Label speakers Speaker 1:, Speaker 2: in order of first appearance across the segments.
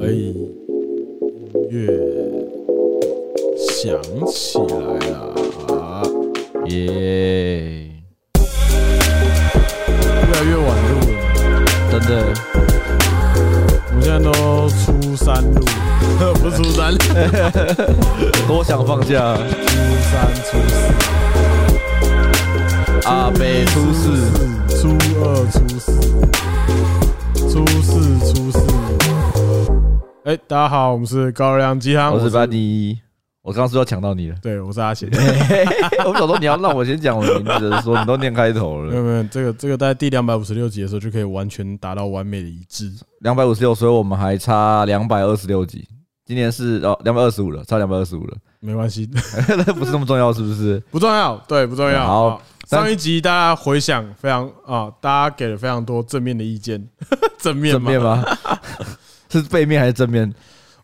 Speaker 1: 哎，音乐响起来啦！
Speaker 2: 耶！
Speaker 1: 越来越晚录了，
Speaker 2: 真的，
Speaker 1: 我们现在都初三录，不是初三，初
Speaker 2: 多想放假。
Speaker 1: 三、初四、
Speaker 2: 阿北出事，
Speaker 1: 初二、初四、初四、初四。哎，大家好，我们是高热量鸡汤，，
Speaker 2: 我是班尼。我刚刚是不是要抢到 你了
Speaker 1: 对，我是阿贤。
Speaker 2: 哎我想说你要让我先讲我的名字的时候，你都念开头
Speaker 1: 没有
Speaker 2: 了。
Speaker 1: 没有，这个这个在第两百五十六集的时候就可以完全达到完美的一致。
Speaker 2: 两百五十六，所以我们还差两百二十六集。今年是哦两百二十五了，差两百二十五了，
Speaker 1: 没关系，
Speaker 2: 不是那么重要，是不是？
Speaker 1: 不重要，对，不重要。
Speaker 2: 好
Speaker 1: 上一集大家回想非常啊，大家给了非常多正面的意见， 正面
Speaker 2: 正
Speaker 1: 吗？
Speaker 2: 面吗？ 是背面还是正面？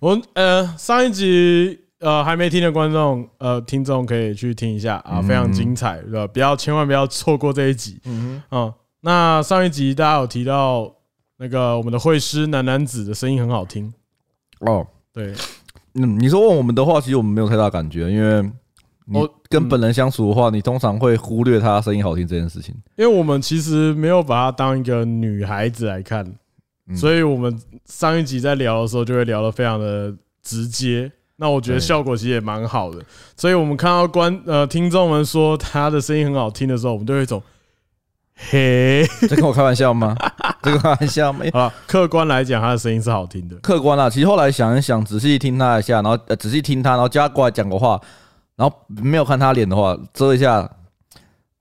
Speaker 1: 我呃，上一集呃还没听的观众呃听众可以去听一下啊，
Speaker 2: 嗯
Speaker 1: 非常精彩，对吧？不要千万不要错过这一集。嗯啊，那上一集大家有提到那个我们的会师男男子的声音很好听，
Speaker 2: 哦，
Speaker 1: 对，
Speaker 2: 嗯，你说问我们的话，其实我们没有太大感觉，因为你
Speaker 1: 我
Speaker 2: 跟本人相处的话，你通常会忽略他声音好听这件事情。
Speaker 1: 因为我们其实没有把她当一个女孩子来看，
Speaker 2: 嗯
Speaker 1: 所以我们上一集在聊的时候就会聊得非常的直接。那我觉得
Speaker 2: 对
Speaker 1: 效果其实也蛮好的，所以我们看到观呃听众们说她的声音很好听的时候，我们都有一种嘿，
Speaker 2: 在跟我开玩笑吗？在跟我开玩笑吗？因为
Speaker 1: 好了，客观来讲，她的声音是好听的，
Speaker 2: 客观啊啦，其实后来想一想，仔细听他一下，然后呃仔细听他，然后叫他过来讲个话，然后没有看他脸的话，遮一下，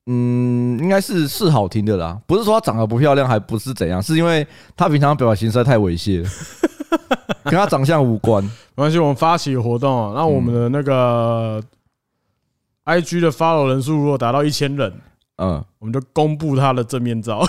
Speaker 2: 嗯，应该是是好听的啦。不是说他长得不漂亮，还不是怎样，是因为他平常表情实在太猥亵了，跟他长相无关。
Speaker 1: 没关系，我们发起活动啊，那我们的那个 I G 的 follow 人数如果达到一千人，
Speaker 2: 嗯，
Speaker 1: 我们就公布她的正面照，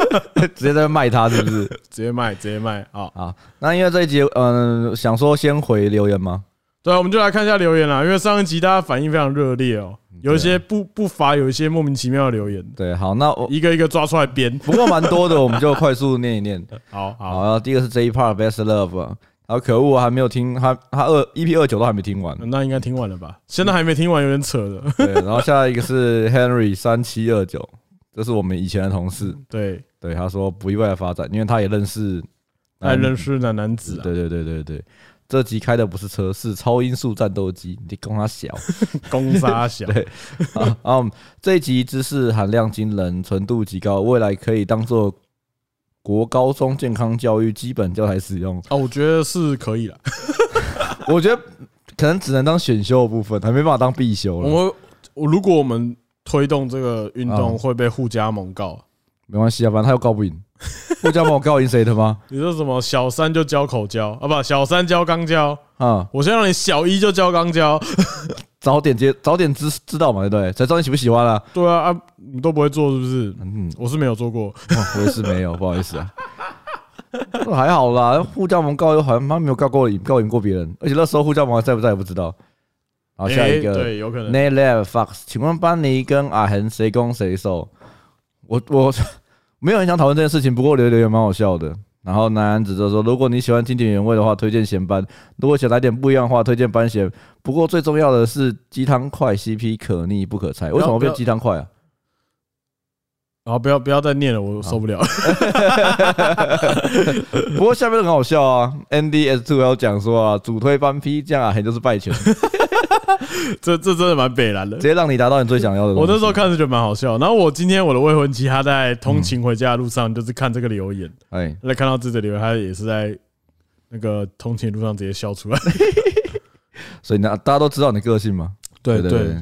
Speaker 2: 直接在卖他是不是？
Speaker 1: 直接卖，直接卖啊！
Speaker 2: 啊，那因为这一集，嗯、想说先回留言吗？
Speaker 1: 对，啊我们就来看一下留言啦，因为上一集大家反应非常热烈哦、
Speaker 2: 嗯
Speaker 1: 有一些
Speaker 2: 啊
Speaker 1: 不不乏有一些莫名其妙的留言，
Speaker 2: 对，好，那我
Speaker 1: 一个一个抓出来编。
Speaker 2: 不过蛮多的，我们就快速念一念。
Speaker 1: 好
Speaker 2: 好，
Speaker 1: 好，
Speaker 2: 然后第一个是 J Part Best Love，然后可恶，我还没有听，他他二 EP 二九都还没听完。
Speaker 1: 那应该听完了吧？现在还没听完，有点扯的。
Speaker 2: 对，然后下一个是 Henry 三七二九，这是我们以前的同事。
Speaker 1: 对，
Speaker 2: 对，他说不意外的发展，因为他也认识，
Speaker 1: 爱认识男男子啊，
Speaker 2: 对对对对对，这集开的不是车，是超音速战斗机，你供他小。
Speaker 1: 攻杀小。
Speaker 2: 对 啊，嗯，这一集知识含量惊人，纯度极高，未来可以当做国高中健康教育基本教材使用。
Speaker 1: 哦，我觉得是可以了。
Speaker 2: 我觉得可能只能当选修的部分，还没办法当必修了。
Speaker 1: 我我如果我们推动这个运动，
Speaker 2: 啊
Speaker 1: 会被互加盟告。
Speaker 2: 没关系啊，反正他又告不赢，不加盟我告赢谁他妈
Speaker 1: 你说什么？小三就教口交啊，不，小三教肛交。
Speaker 2: 啊！
Speaker 1: 我先让你小一就教肛交。
Speaker 2: 早点接，早点知知道嘛，对不对？才知道你喜不喜欢啊。
Speaker 1: 对啊，啊，你都不会做是不是？
Speaker 2: 嗯，
Speaker 1: 我是没有做过。
Speaker 2: 哦我也是没有，不好意思啊。还好啦，互加盟告又好像他没有告过赢，告赢过别人，而且那时候互加盟还在不在也不知道。好，下一
Speaker 1: 欸
Speaker 2: 个
Speaker 1: 对，有可能。
Speaker 2: n a l e Fox，请问班尼跟阿恒谁攻谁受？我我没有很想讨论这件事情，不过留留言蛮好笑的。然后男男子就说，如果你喜欢经典原味的话，推荐咸班；如果想来点不一样的话，推荐班咸。不过最重要的是鸡汤块 CP 可逆不可拆，为什么变鸡汤块啊？
Speaker 1: 好，不要不要再念了，我受不了。
Speaker 2: 不过下面很好笑啊，Andy S Two 有讲说啊，主推班 P 这样啊，很就是败 犬，直
Speaker 1: 这这真的蛮北蓝的。
Speaker 2: 接让你达到你最想要的东
Speaker 1: 我
Speaker 2: 西。
Speaker 1: 那时候看着觉得蛮好笑。然后我今天我的未婚妻她在通勤回家的路
Speaker 2: 嗯
Speaker 1: 上，就是看这个留言，
Speaker 2: 哎，
Speaker 1: 她看到这则留言，她也是在那个通勤路上直接笑出来。
Speaker 2: 所以呢，大家都知道你个性嘛。
Speaker 1: 对对，
Speaker 2: 对，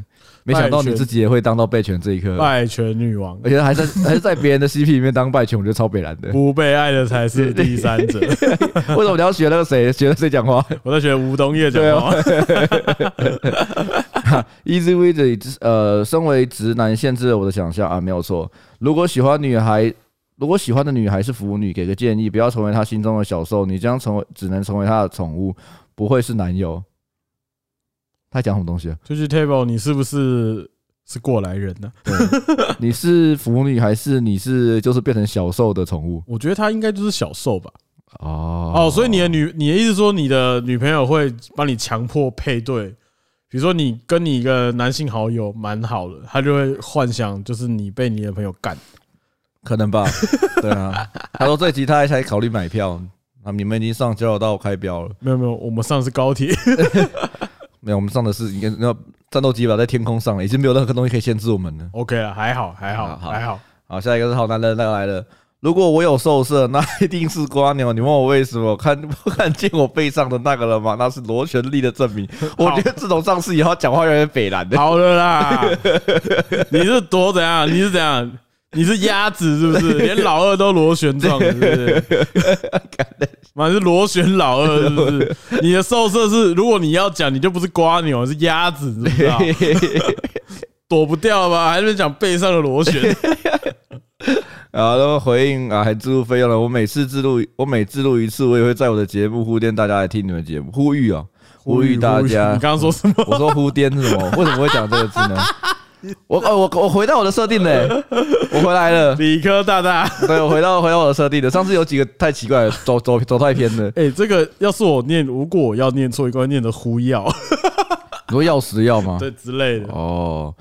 Speaker 2: 没想到你自己也会当到败犬这一刻。
Speaker 1: 拜权女王
Speaker 2: 而，且还在 还是在别人的 CP 里面当败犬，我觉得超北蓝的。
Speaker 1: 不被爱的才是第三者。
Speaker 2: 为什么你要学那个谁 学那谁讲话
Speaker 1: 我在学吴东业讲话，
Speaker 2: 啊？Easy w e e y 呃，身为直男限制了我的想象啊，没有错。如果喜欢女孩，如果喜欢的女孩是腐女，给个建议，不要成为她心中的小受，你将成为只能成为她的宠物，不会是男友。他讲什么东 西啊？
Speaker 1: 就是 table，你是不是是过来人呢、
Speaker 2: 你是腐女还是你是就是变成小受的宠物？
Speaker 1: 我觉得他应该就是小受吧。
Speaker 2: 哦
Speaker 1: 哦，所以你的女，你的意思说你的女朋友会帮你强迫配对，比如说你跟你一个男性好友蛮好的，她就会幻想就是你被你的朋友干。
Speaker 2: 可能 吧？对啊，他说这集他还才考虑买票，啊，你们已经上交流道开标了，
Speaker 1: 没有没有，我们上的是高铁，
Speaker 2: 没有，我们上的是应该那战斗机吧，在天空上了，已经没有任何东西可以限制我们了。
Speaker 1: OK 了，还好还好
Speaker 2: 好好
Speaker 1: 还好。
Speaker 2: 好，下一个是好男人，那个来了。如果我有受色，那一定是瓜牛。你问我为什么？看不看见我背上的那个了吗？那是螺旋力的证明。我觉得自从上次以后，讲话越来越北蓝的。
Speaker 1: 好了啦， 你是多怎样？你是怎样？你是鸭子是不是？连老二都螺旋状的，是不是？妈是螺旋老二是不是？你的兽色是，如果你要讲，你就不是瓜牛，是啊鸭子，知不知道？躲不掉吧？还是讲背上的螺旋？
Speaker 2: 啊，然后回应啊，还自录费用了。我每次自录，我每自录一次，我也会在我的节目呼吁大家来听你们节目，呼吁啊， 呼吁大家
Speaker 1: 你。刚刚说什么？
Speaker 2: 我说呼颠是什么？为什么会讲这个字呢？我哦，我我回到我的设定嘞，我回来了。
Speaker 1: 理科大大，
Speaker 2: 对，我回到回到我的设定了。上次有几个太奇怪了，走走走太偏了。
Speaker 1: 哎，这个要是我念，如果我要念错，应该念的呼药，
Speaker 2: 啊你说要死要吗？
Speaker 1: 对之类的。
Speaker 2: 哦，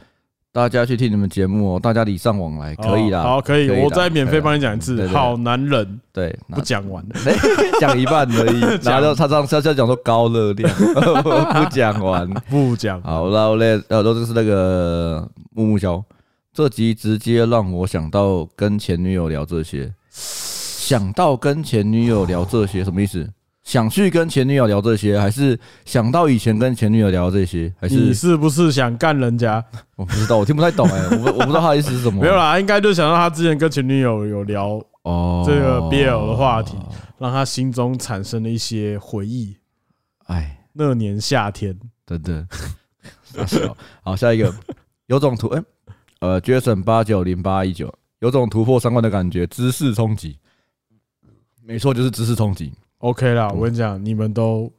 Speaker 2: 大家去听你们节目哦，大家礼尚往来，可以啦。
Speaker 1: 哦好，好可以，
Speaker 2: 啦
Speaker 1: 我再免费帮你讲一
Speaker 2: 对
Speaker 1: 次。
Speaker 2: 对对
Speaker 1: 好男人
Speaker 2: 对，那
Speaker 1: 不讲完。
Speaker 2: 讲一半而 已，然后就他上他就讲说高热量， 不讲完。
Speaker 1: 不讲，
Speaker 2: 好，然后嘞，呃，都是那个木木萧，这集直接让我想到跟前女友聊这些，想到跟前女友聊这些什么意思？想去跟前女友聊这些，还是想到以前跟前女友聊这些？还
Speaker 1: 你
Speaker 2: 是哦
Speaker 1: 是不是想干人家？
Speaker 2: 我不知道，我听不太懂哎、我不我不知道他的意思是什 么。
Speaker 1: 没有啦，应该就想到他之前跟前女友有聊
Speaker 2: 哦，
Speaker 1: 这个 BL 的话题，让他心中产生了一些回忆。
Speaker 2: 哎，
Speaker 1: 那年夏天，
Speaker 2: 等等， 傻笑好，下一个，有种突，哎、呃，Jason 八九零八一九，有种突破三观的感觉，知识冲击，没错，就是知识冲击，
Speaker 1: OK
Speaker 2: 嗯
Speaker 1: 啦，我跟你讲，你们都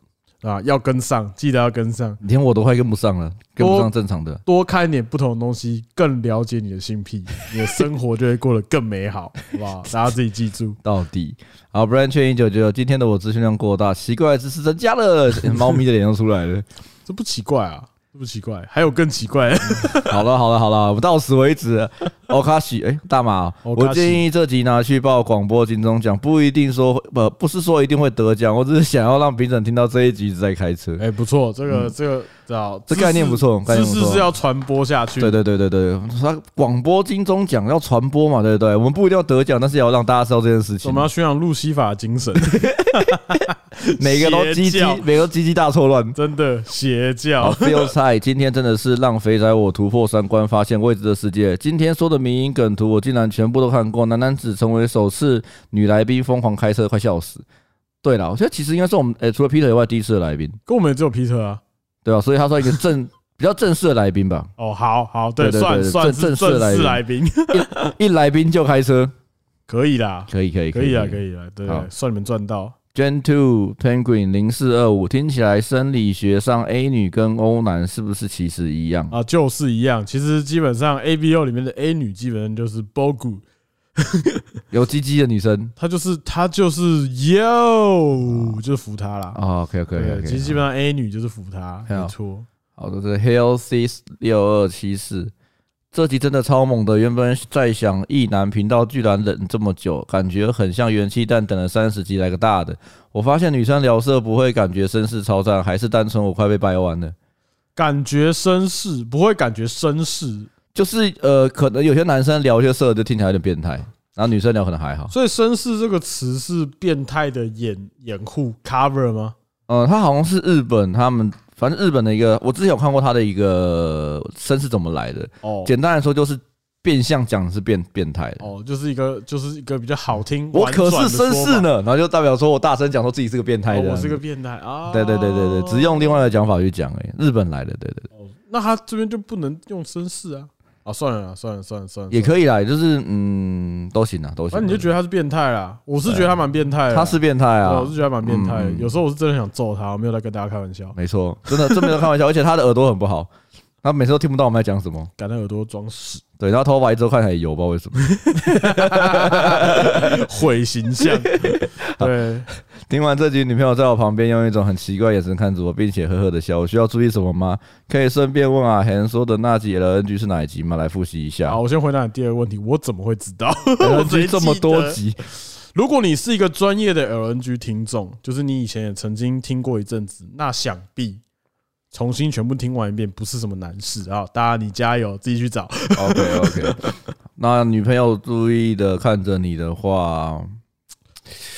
Speaker 1: 啊要跟上，记得要跟上，
Speaker 2: 连我都快跟不上了，跟不上正常的。
Speaker 1: 多看一点不同的东西，更了解你的性癖，你的生活就会过得更美好，好不 好？大家自己记住。
Speaker 2: 到底好，Brian 劝一九九，今天的我资讯量过大，奇怪的知识增加了，猫咪的脸都出来了。
Speaker 1: 这不奇怪啊，这不奇怪，还有更奇怪的。
Speaker 2: 好了，好了，好了，我们到此为止。o k a s 哎，大马哦，
Speaker 1: Okashi
Speaker 2: 我建议这集拿去报广播金钟奖，不一定说不不是说一定会得奖，我只是想要让评审听到这一集一直在开车。
Speaker 1: 哎，不错，这个这个知道，
Speaker 2: 这概念不错概
Speaker 1: 知
Speaker 2: 念不
Speaker 1: 识
Speaker 2: 错
Speaker 1: 是要传播下去的
Speaker 2: 对。对对对对，他广播金钟奖要传播嘛，对不对？我们不一定要得奖，但是也要让大家知道这件事
Speaker 1: 我
Speaker 2: 情
Speaker 1: 们。要宣扬路西法精 神，
Speaker 2: 每个都鸡鸡
Speaker 1: 邪教，
Speaker 2: 每个都鸡鸡大错乱。
Speaker 1: 真的邪教
Speaker 2: 好。，Feel 菜，今天真的是让肥仔我突破三观，发现未知的世界。今天说的迷因梗图，我竟然全部都看过。男男子成为首次女来宾疯狂开车，快笑死。对了，我觉得其实应该是我们诶、除了 Peter 以
Speaker 1: 呃
Speaker 2: 外第一次的来宾，
Speaker 1: 跟我们也只有皮特啊。
Speaker 2: 对吧？所以他算一个正比较正式的来宾吧，
Speaker 1: 哦，好好，对，
Speaker 2: 对对
Speaker 1: 算
Speaker 2: 对
Speaker 1: 算是正
Speaker 2: 正正
Speaker 1: 式
Speaker 2: 式
Speaker 1: 来
Speaker 2: 来
Speaker 1: 宾，
Speaker 2: 一来宾就开车，
Speaker 1: 可以啦，
Speaker 2: 可以可以
Speaker 1: 可以啦，啊可以啦，对，
Speaker 2: 好
Speaker 1: 算你们赚到。
Speaker 2: Gen Two Penguin 零四二五，听起来生理学上 A 女跟 O 男是不是其实一样？
Speaker 1: 啊，就是一样。其实基本上 A B O 里面的 A 女基本上就是 Bogu，
Speaker 2: 有鸡鸡的女生
Speaker 1: 她就是她就是 Yo，就是服她啦。
Speaker 2: 啊，OK OK
Speaker 1: 对，
Speaker 2: OK，
Speaker 1: 其实基本上 A 女就是服她，
Speaker 2: 好
Speaker 1: 没错。
Speaker 2: 好的，这是 Hill C 六二七四，这集真的超猛的。原本在想意男频道居然忍这么久，感觉很像元气弹，等了三十集来个大的。我发现女生聊色不会感觉绅士超赞，还是单纯我快被掰弯了。
Speaker 1: 感觉绅士不会感觉绅士，
Speaker 2: 就是呃，可能有些男生聊一些色就听起来有点变态，然后女生聊可能还好。
Speaker 1: 所以绅士这个词是变态的掩掩护 cover 吗？
Speaker 2: 呃，他好像是日本，他们反正日本的一个，我之前有看过他的一个身是怎么来的。
Speaker 1: 哦，
Speaker 2: 简单来说，就是变相讲是变变态的。
Speaker 1: 哦，就是一个就是一个比较好听，
Speaker 2: 我
Speaker 1: 婉
Speaker 2: 可
Speaker 1: 转
Speaker 2: 是
Speaker 1: 的说
Speaker 2: 绅
Speaker 1: 法
Speaker 2: 士，呢，然后就代表说我大声讲说自己是个变态
Speaker 1: 哦
Speaker 2: 的。
Speaker 1: 我是个变态啊！
Speaker 2: 对对对对对，只用另外的讲法去讲，哎，日本来的，对对对，
Speaker 1: 哦。那他这边就不能用绅士啊？啊，算了啦，算了算了算了，
Speaker 2: 也可以啦，就是嗯，都行啊，都
Speaker 1: 那
Speaker 2: 行。
Speaker 1: 你就觉得他是变态啦？我是觉得他蛮变态的，
Speaker 2: 他是变态
Speaker 1: 对
Speaker 2: 啊
Speaker 1: 我是，觉得他蛮变态的。
Speaker 2: 嗯嗯
Speaker 1: 有时候我是真的想揍他，我没有在跟大家开玩笑。
Speaker 2: 没错，真的真没有开玩笑，而且他的耳朵很不好，他每次都听不到我们在讲什么。
Speaker 1: 感到耳朵装 屎，
Speaker 2: 对，然后头发一直都看起来油，不知道为什么。
Speaker 1: 毁形 象。对，
Speaker 2: 听完这集，女朋友在我旁边用一种很奇怪的眼神看着我，并且呵呵的笑。我需要注意什么吗？可以顺便问阿恒说的那集 LNG 是哪一集吗？来复习一下
Speaker 1: 好，。我先回答你第二个问题，我怎么会知 道？ 我谁
Speaker 2: LNG
Speaker 1: 记得
Speaker 2: 这么多集，
Speaker 1: 如果你是一个专业的 LNG 听众，就是你以前也曾经听过一阵子，那想必重新全部听完一遍不是什么难事啊！大家你加油，自己去找。
Speaker 2: OK OK，那女朋友注意的看着你的话，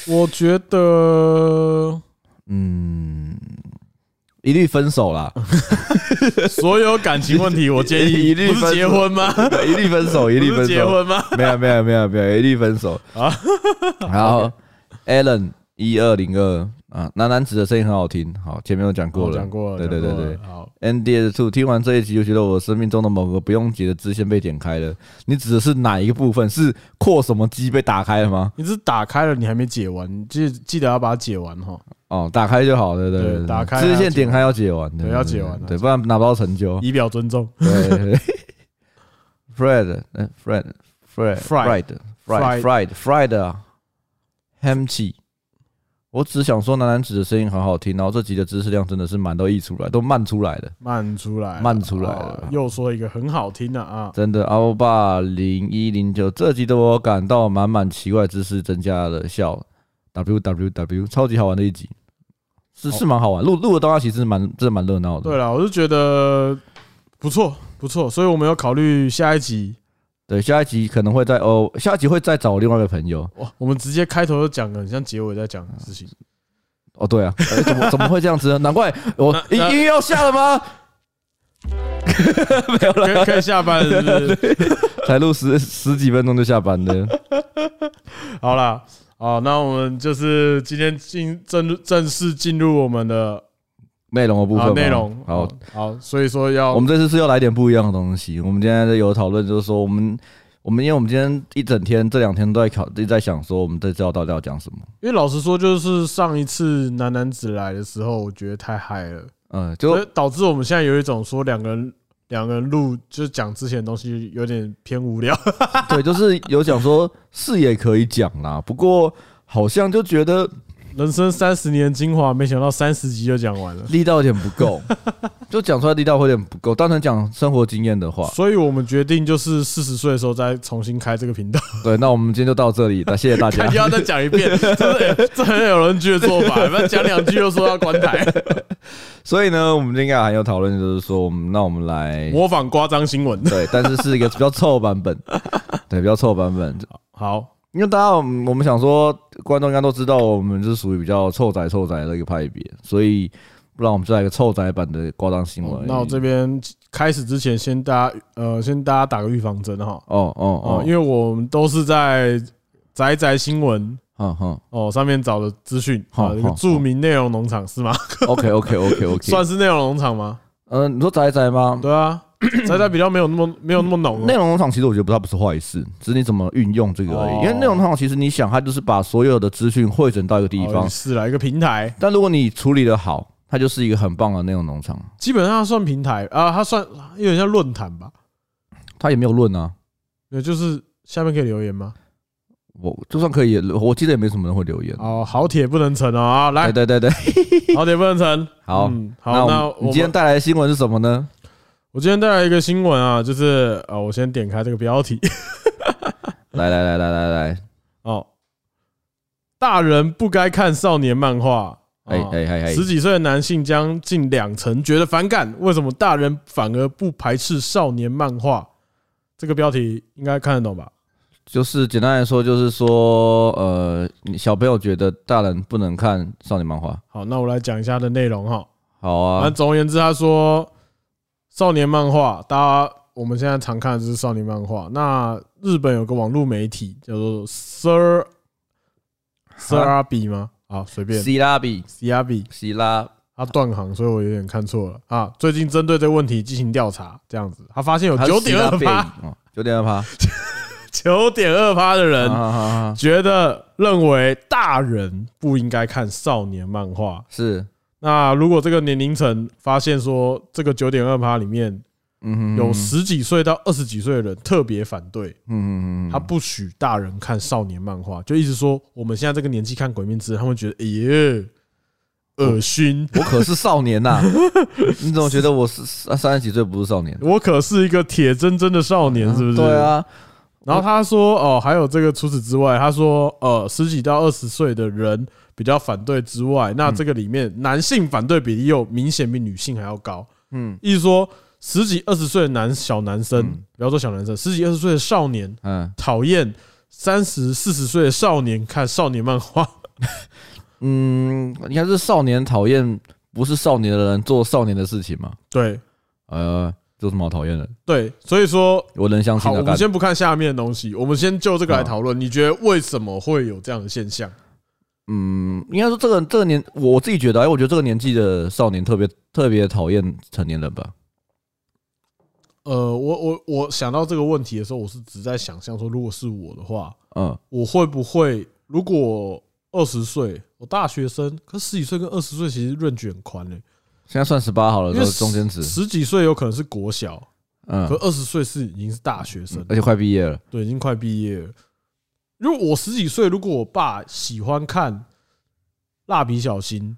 Speaker 1: 我觉得
Speaker 2: 嗯，一律分手啦，
Speaker 1: 所有感情问题，我建议
Speaker 2: 一律
Speaker 1: 不是
Speaker 2: 分
Speaker 1: 结
Speaker 2: 手
Speaker 1: 婚吗？
Speaker 2: 一律分 手，一律
Speaker 1: 不是
Speaker 2: 分
Speaker 1: 结
Speaker 2: 手，
Speaker 1: 婚吗？
Speaker 2: 没有没有没有没有，一律分手
Speaker 1: 啊
Speaker 2: 啊。然后 Alan 一二零二啊，男男子的声音很好听，好，前面有哦讲过
Speaker 1: 我
Speaker 2: 了，
Speaker 1: 讲过了，
Speaker 2: 对对
Speaker 1: 讲
Speaker 2: 对
Speaker 1: 过了
Speaker 2: 对。
Speaker 1: 好，
Speaker 2: NDS Two 听完这一集，就觉得我生命中的某个不用解的支线被点开了。你指的是哪一个部分？是扩什么机被打开了吗？
Speaker 1: 你只是打开了，你还没解完，记记得要把它解完哈。
Speaker 2: 哦，打开就好，对对
Speaker 1: 对
Speaker 2: 对，
Speaker 1: 打开
Speaker 2: 支
Speaker 1: 要解
Speaker 2: 线
Speaker 1: 完
Speaker 2: 点开要解完，
Speaker 1: 对要解完啊
Speaker 2: 对，不然拿不到 成就。
Speaker 1: 以表尊重。
Speaker 2: 对对对，Fred，嗯，Fred，Fred，Fred，Fred，Fred，Fred Fred Hamchi。我只想说，男男子的声音很好听，然后这集的知识量真的是满都溢出来，都漫出来的，
Speaker 1: 慢出来，
Speaker 2: 慢出来
Speaker 1: 哦
Speaker 2: 了
Speaker 1: 又说一个很好听的啊，
Speaker 2: 真的。欧巴零一零九这集的我感到满满奇怪知识增加了笑。W W W，超级好玩的一集，是
Speaker 1: 哦
Speaker 2: 是蛮好玩，录录的当下其实蛮真的蛮热闹的。
Speaker 1: 对了，我就觉得不错不错，所以我们要考虑下一集。
Speaker 2: 对，下一集可能会再哦，下一集会再找另外一个朋友。
Speaker 1: 哇，我们直接开头就讲了，很像结尾在讲的事 情。
Speaker 2: 哦，对啊，呃怎么怎么会这样子呢？难怪我
Speaker 1: 那
Speaker 2: 音
Speaker 1: 那
Speaker 2: 音乐要下 了吗？没有
Speaker 1: 可以
Speaker 2: 了，
Speaker 1: 可以下班了，是不是？
Speaker 2: 才录十十几分钟就下班了。
Speaker 1: 好啦，哦，那我们就是今天进正入正式进入我们的
Speaker 2: 内容的部分
Speaker 1: 啊
Speaker 2: 吗
Speaker 1: 内容。
Speaker 2: 好
Speaker 1: 哦，好，所以说要
Speaker 2: 我们这次是要来点不一样的东西。我们今天有讨论，就是说我们我们因为我们今天一整天这两天都在考，一直在想说我们这次要到底要讲什么。
Speaker 1: 因为老实说，就是上一次男男子来的时候，我觉得太嗨了。
Speaker 2: 嗯，
Speaker 1: 所
Speaker 2: 就
Speaker 1: 以导致我们现在有一种说两个人两个人录就是讲之前的东西有点偏无聊，
Speaker 2: 对，就是有讲说是也可以讲啦，不过好像就觉得
Speaker 1: 人生三十年精华，没想到三十集就讲完了。
Speaker 2: 力道有点不够， 就讲出来力道会有点不够。单纯讲生活经验的话，
Speaker 1: 所以我们决定就是四十岁的时候再重新开这个频道，
Speaker 2: 对，那我们今天就到这里，那谢谢大家
Speaker 1: 看。要再讲一遍，这是这很有人剧的做法，不要讲两句又说要关 台，
Speaker 2: 哎所以呢，我们今天还有讨论，就是说，我们那我们来
Speaker 1: 模仿夸张新闻。
Speaker 2: 对，但是是一个比较臭的 版本，对，比较臭的版本，
Speaker 1: 好，
Speaker 2: 因为大家我们我们想说，观众应该都知道，我们是属于比较臭宅臭宅的一个派别，所以不然我们就来个臭宅版的夸张新闻。
Speaker 1: 哦那我这边开始之前，先大家呃，先大家打个预防针哈，
Speaker 2: 哦哦
Speaker 1: 哦，
Speaker 2: 哦，
Speaker 1: 因为我们都是在宅宅新闻
Speaker 2: 嗯哼
Speaker 1: 哦，上面找的资讯
Speaker 2: 好
Speaker 1: 啊，一个
Speaker 2: 好
Speaker 1: 著名内容农场是吗？
Speaker 2: ，OK OK OK OK，
Speaker 1: 算是内容农场吗？
Speaker 2: 嗯，你说宅宅吗？
Speaker 1: 对 啊，宅宅比较没有那么没有那么浓
Speaker 2: 内
Speaker 1: 哦，
Speaker 2: 容农场其实我觉得不它不是坏事，只是你怎么运用这个而已。
Speaker 1: 哦
Speaker 2: 因为内容农场其实你想，它就是把所有的资讯汇整到一个地
Speaker 1: 哦
Speaker 2: 方，
Speaker 1: 是啦，一个平台，
Speaker 2: 但如果你处理的好，它就是一个很棒的内容农场。
Speaker 1: 基本上它算平台啊，它算有点像论坛吧，
Speaker 2: 它也没有论啊，
Speaker 1: 也就是下面可以留言吗？
Speaker 2: 我就算可以，我记得也没什么人会留言。
Speaker 1: 哦，好铁不能成哦啊，来
Speaker 2: 对，对对对，
Speaker 1: 好铁不能成，
Speaker 2: 好，
Speaker 1: 嗯，好，那
Speaker 2: 我们你
Speaker 1: 我
Speaker 2: 今天
Speaker 1: 们
Speaker 2: 带来的新闻是什么呢？
Speaker 1: 我今天带来一个新闻啊，就是呃，我先点开这个标题
Speaker 2: 来来来来来来，
Speaker 1: 哦，大人不该看少年漫画，
Speaker 2: 哎
Speaker 1: 哦
Speaker 2: 哎哎哎，
Speaker 1: 十几岁的男性将近两成觉得反感，为什么大人反而不排斥少年漫画？这个标题应该看得懂吧？
Speaker 2: 就是简单来说，就是说，呃，你小朋友觉得大人不能看少年漫画，
Speaker 1: 好，那我来讲一下它的内容哈。
Speaker 2: 好
Speaker 1: 反正
Speaker 2: 啊，
Speaker 1: 总而言之，他说少年漫画，大家我们现在常看的就是少年漫画。那日本有个网络媒体叫做 Sir Sir 阿比吗？啊，随便
Speaker 2: 希拉比，
Speaker 1: C 阿比，
Speaker 2: 希拉，
Speaker 1: 他断行，所以我有点看错了啊。最近针对这个问题进行调查，这样子，他发现有
Speaker 2: 他是
Speaker 1: 九点二
Speaker 2: 希
Speaker 1: 趴，
Speaker 2: 拉 比，哦九点二趴，
Speaker 1: 九点二趴的人
Speaker 2: 啊啊啊啊
Speaker 1: 觉得认为大人不应该看少年漫画。
Speaker 2: 是
Speaker 1: 那如果这个年龄层发现说这个九点二趴里面
Speaker 2: 嗯
Speaker 1: 有十几岁到二十几岁的人特别反对，
Speaker 2: 嗯嗯嗯，
Speaker 1: 他不许大人看少年漫画，就一直说我们现在这个年纪看《鬼面之刃》，他们觉得哎呀恶心，
Speaker 2: 我可是少 年呐、你怎么觉得我是三三十几岁不是少年？
Speaker 1: 我可是一个铁铮铮的少年，是不是？
Speaker 2: 对。啊，
Speaker 1: 然后他说哦，还有这个，除此之外，他说呃，十几到二十岁的人比较反对之
Speaker 2: 嗯
Speaker 1: 外，那这个里面男性反对比例又明显比女性还要高。
Speaker 2: 嗯
Speaker 1: 意思说，十几二十岁的男小男生，不要说小男生，十几二十岁的少年
Speaker 2: 嗯
Speaker 1: 讨厌三十四十岁的少年看少年漫 画。
Speaker 2: 嗯，应该是少年讨厌不是少年的人做少年的事情嘛？
Speaker 1: 对
Speaker 2: 呃，这有什么好讨厌的？
Speaker 1: 对，所以说。
Speaker 2: 我能相信
Speaker 1: 好，
Speaker 2: 啊
Speaker 1: 我
Speaker 2: 的
Speaker 1: 们
Speaker 2: 干。
Speaker 1: 先不看下面的东西，我们先就这个来
Speaker 2: 好
Speaker 1: 讨论。你觉得为什么会有这样的现象？
Speaker 2: 嗯，应该说这个这个年，我自己觉得，哎，我觉得这个年纪的少年特别特别讨厌成年人吧。
Speaker 1: 呃，我我我想到这个问题的时候，我是只在想象说，如果是我的话，
Speaker 2: 嗯，
Speaker 1: 我会不会如果二十岁，我大学生，可十几岁跟二十岁其实润卷宽嘞，
Speaker 2: 现在算十八好了，
Speaker 1: 因
Speaker 2: 都
Speaker 1: 为
Speaker 2: 是呃中间值。
Speaker 1: 十几岁有可能是国小，
Speaker 2: 嗯
Speaker 1: 可，二十岁是已经是大学生，
Speaker 2: 而且快毕业了。
Speaker 1: 对，已经快毕业了。如果我十几岁，如果我爸喜欢看《蜡笔小新》，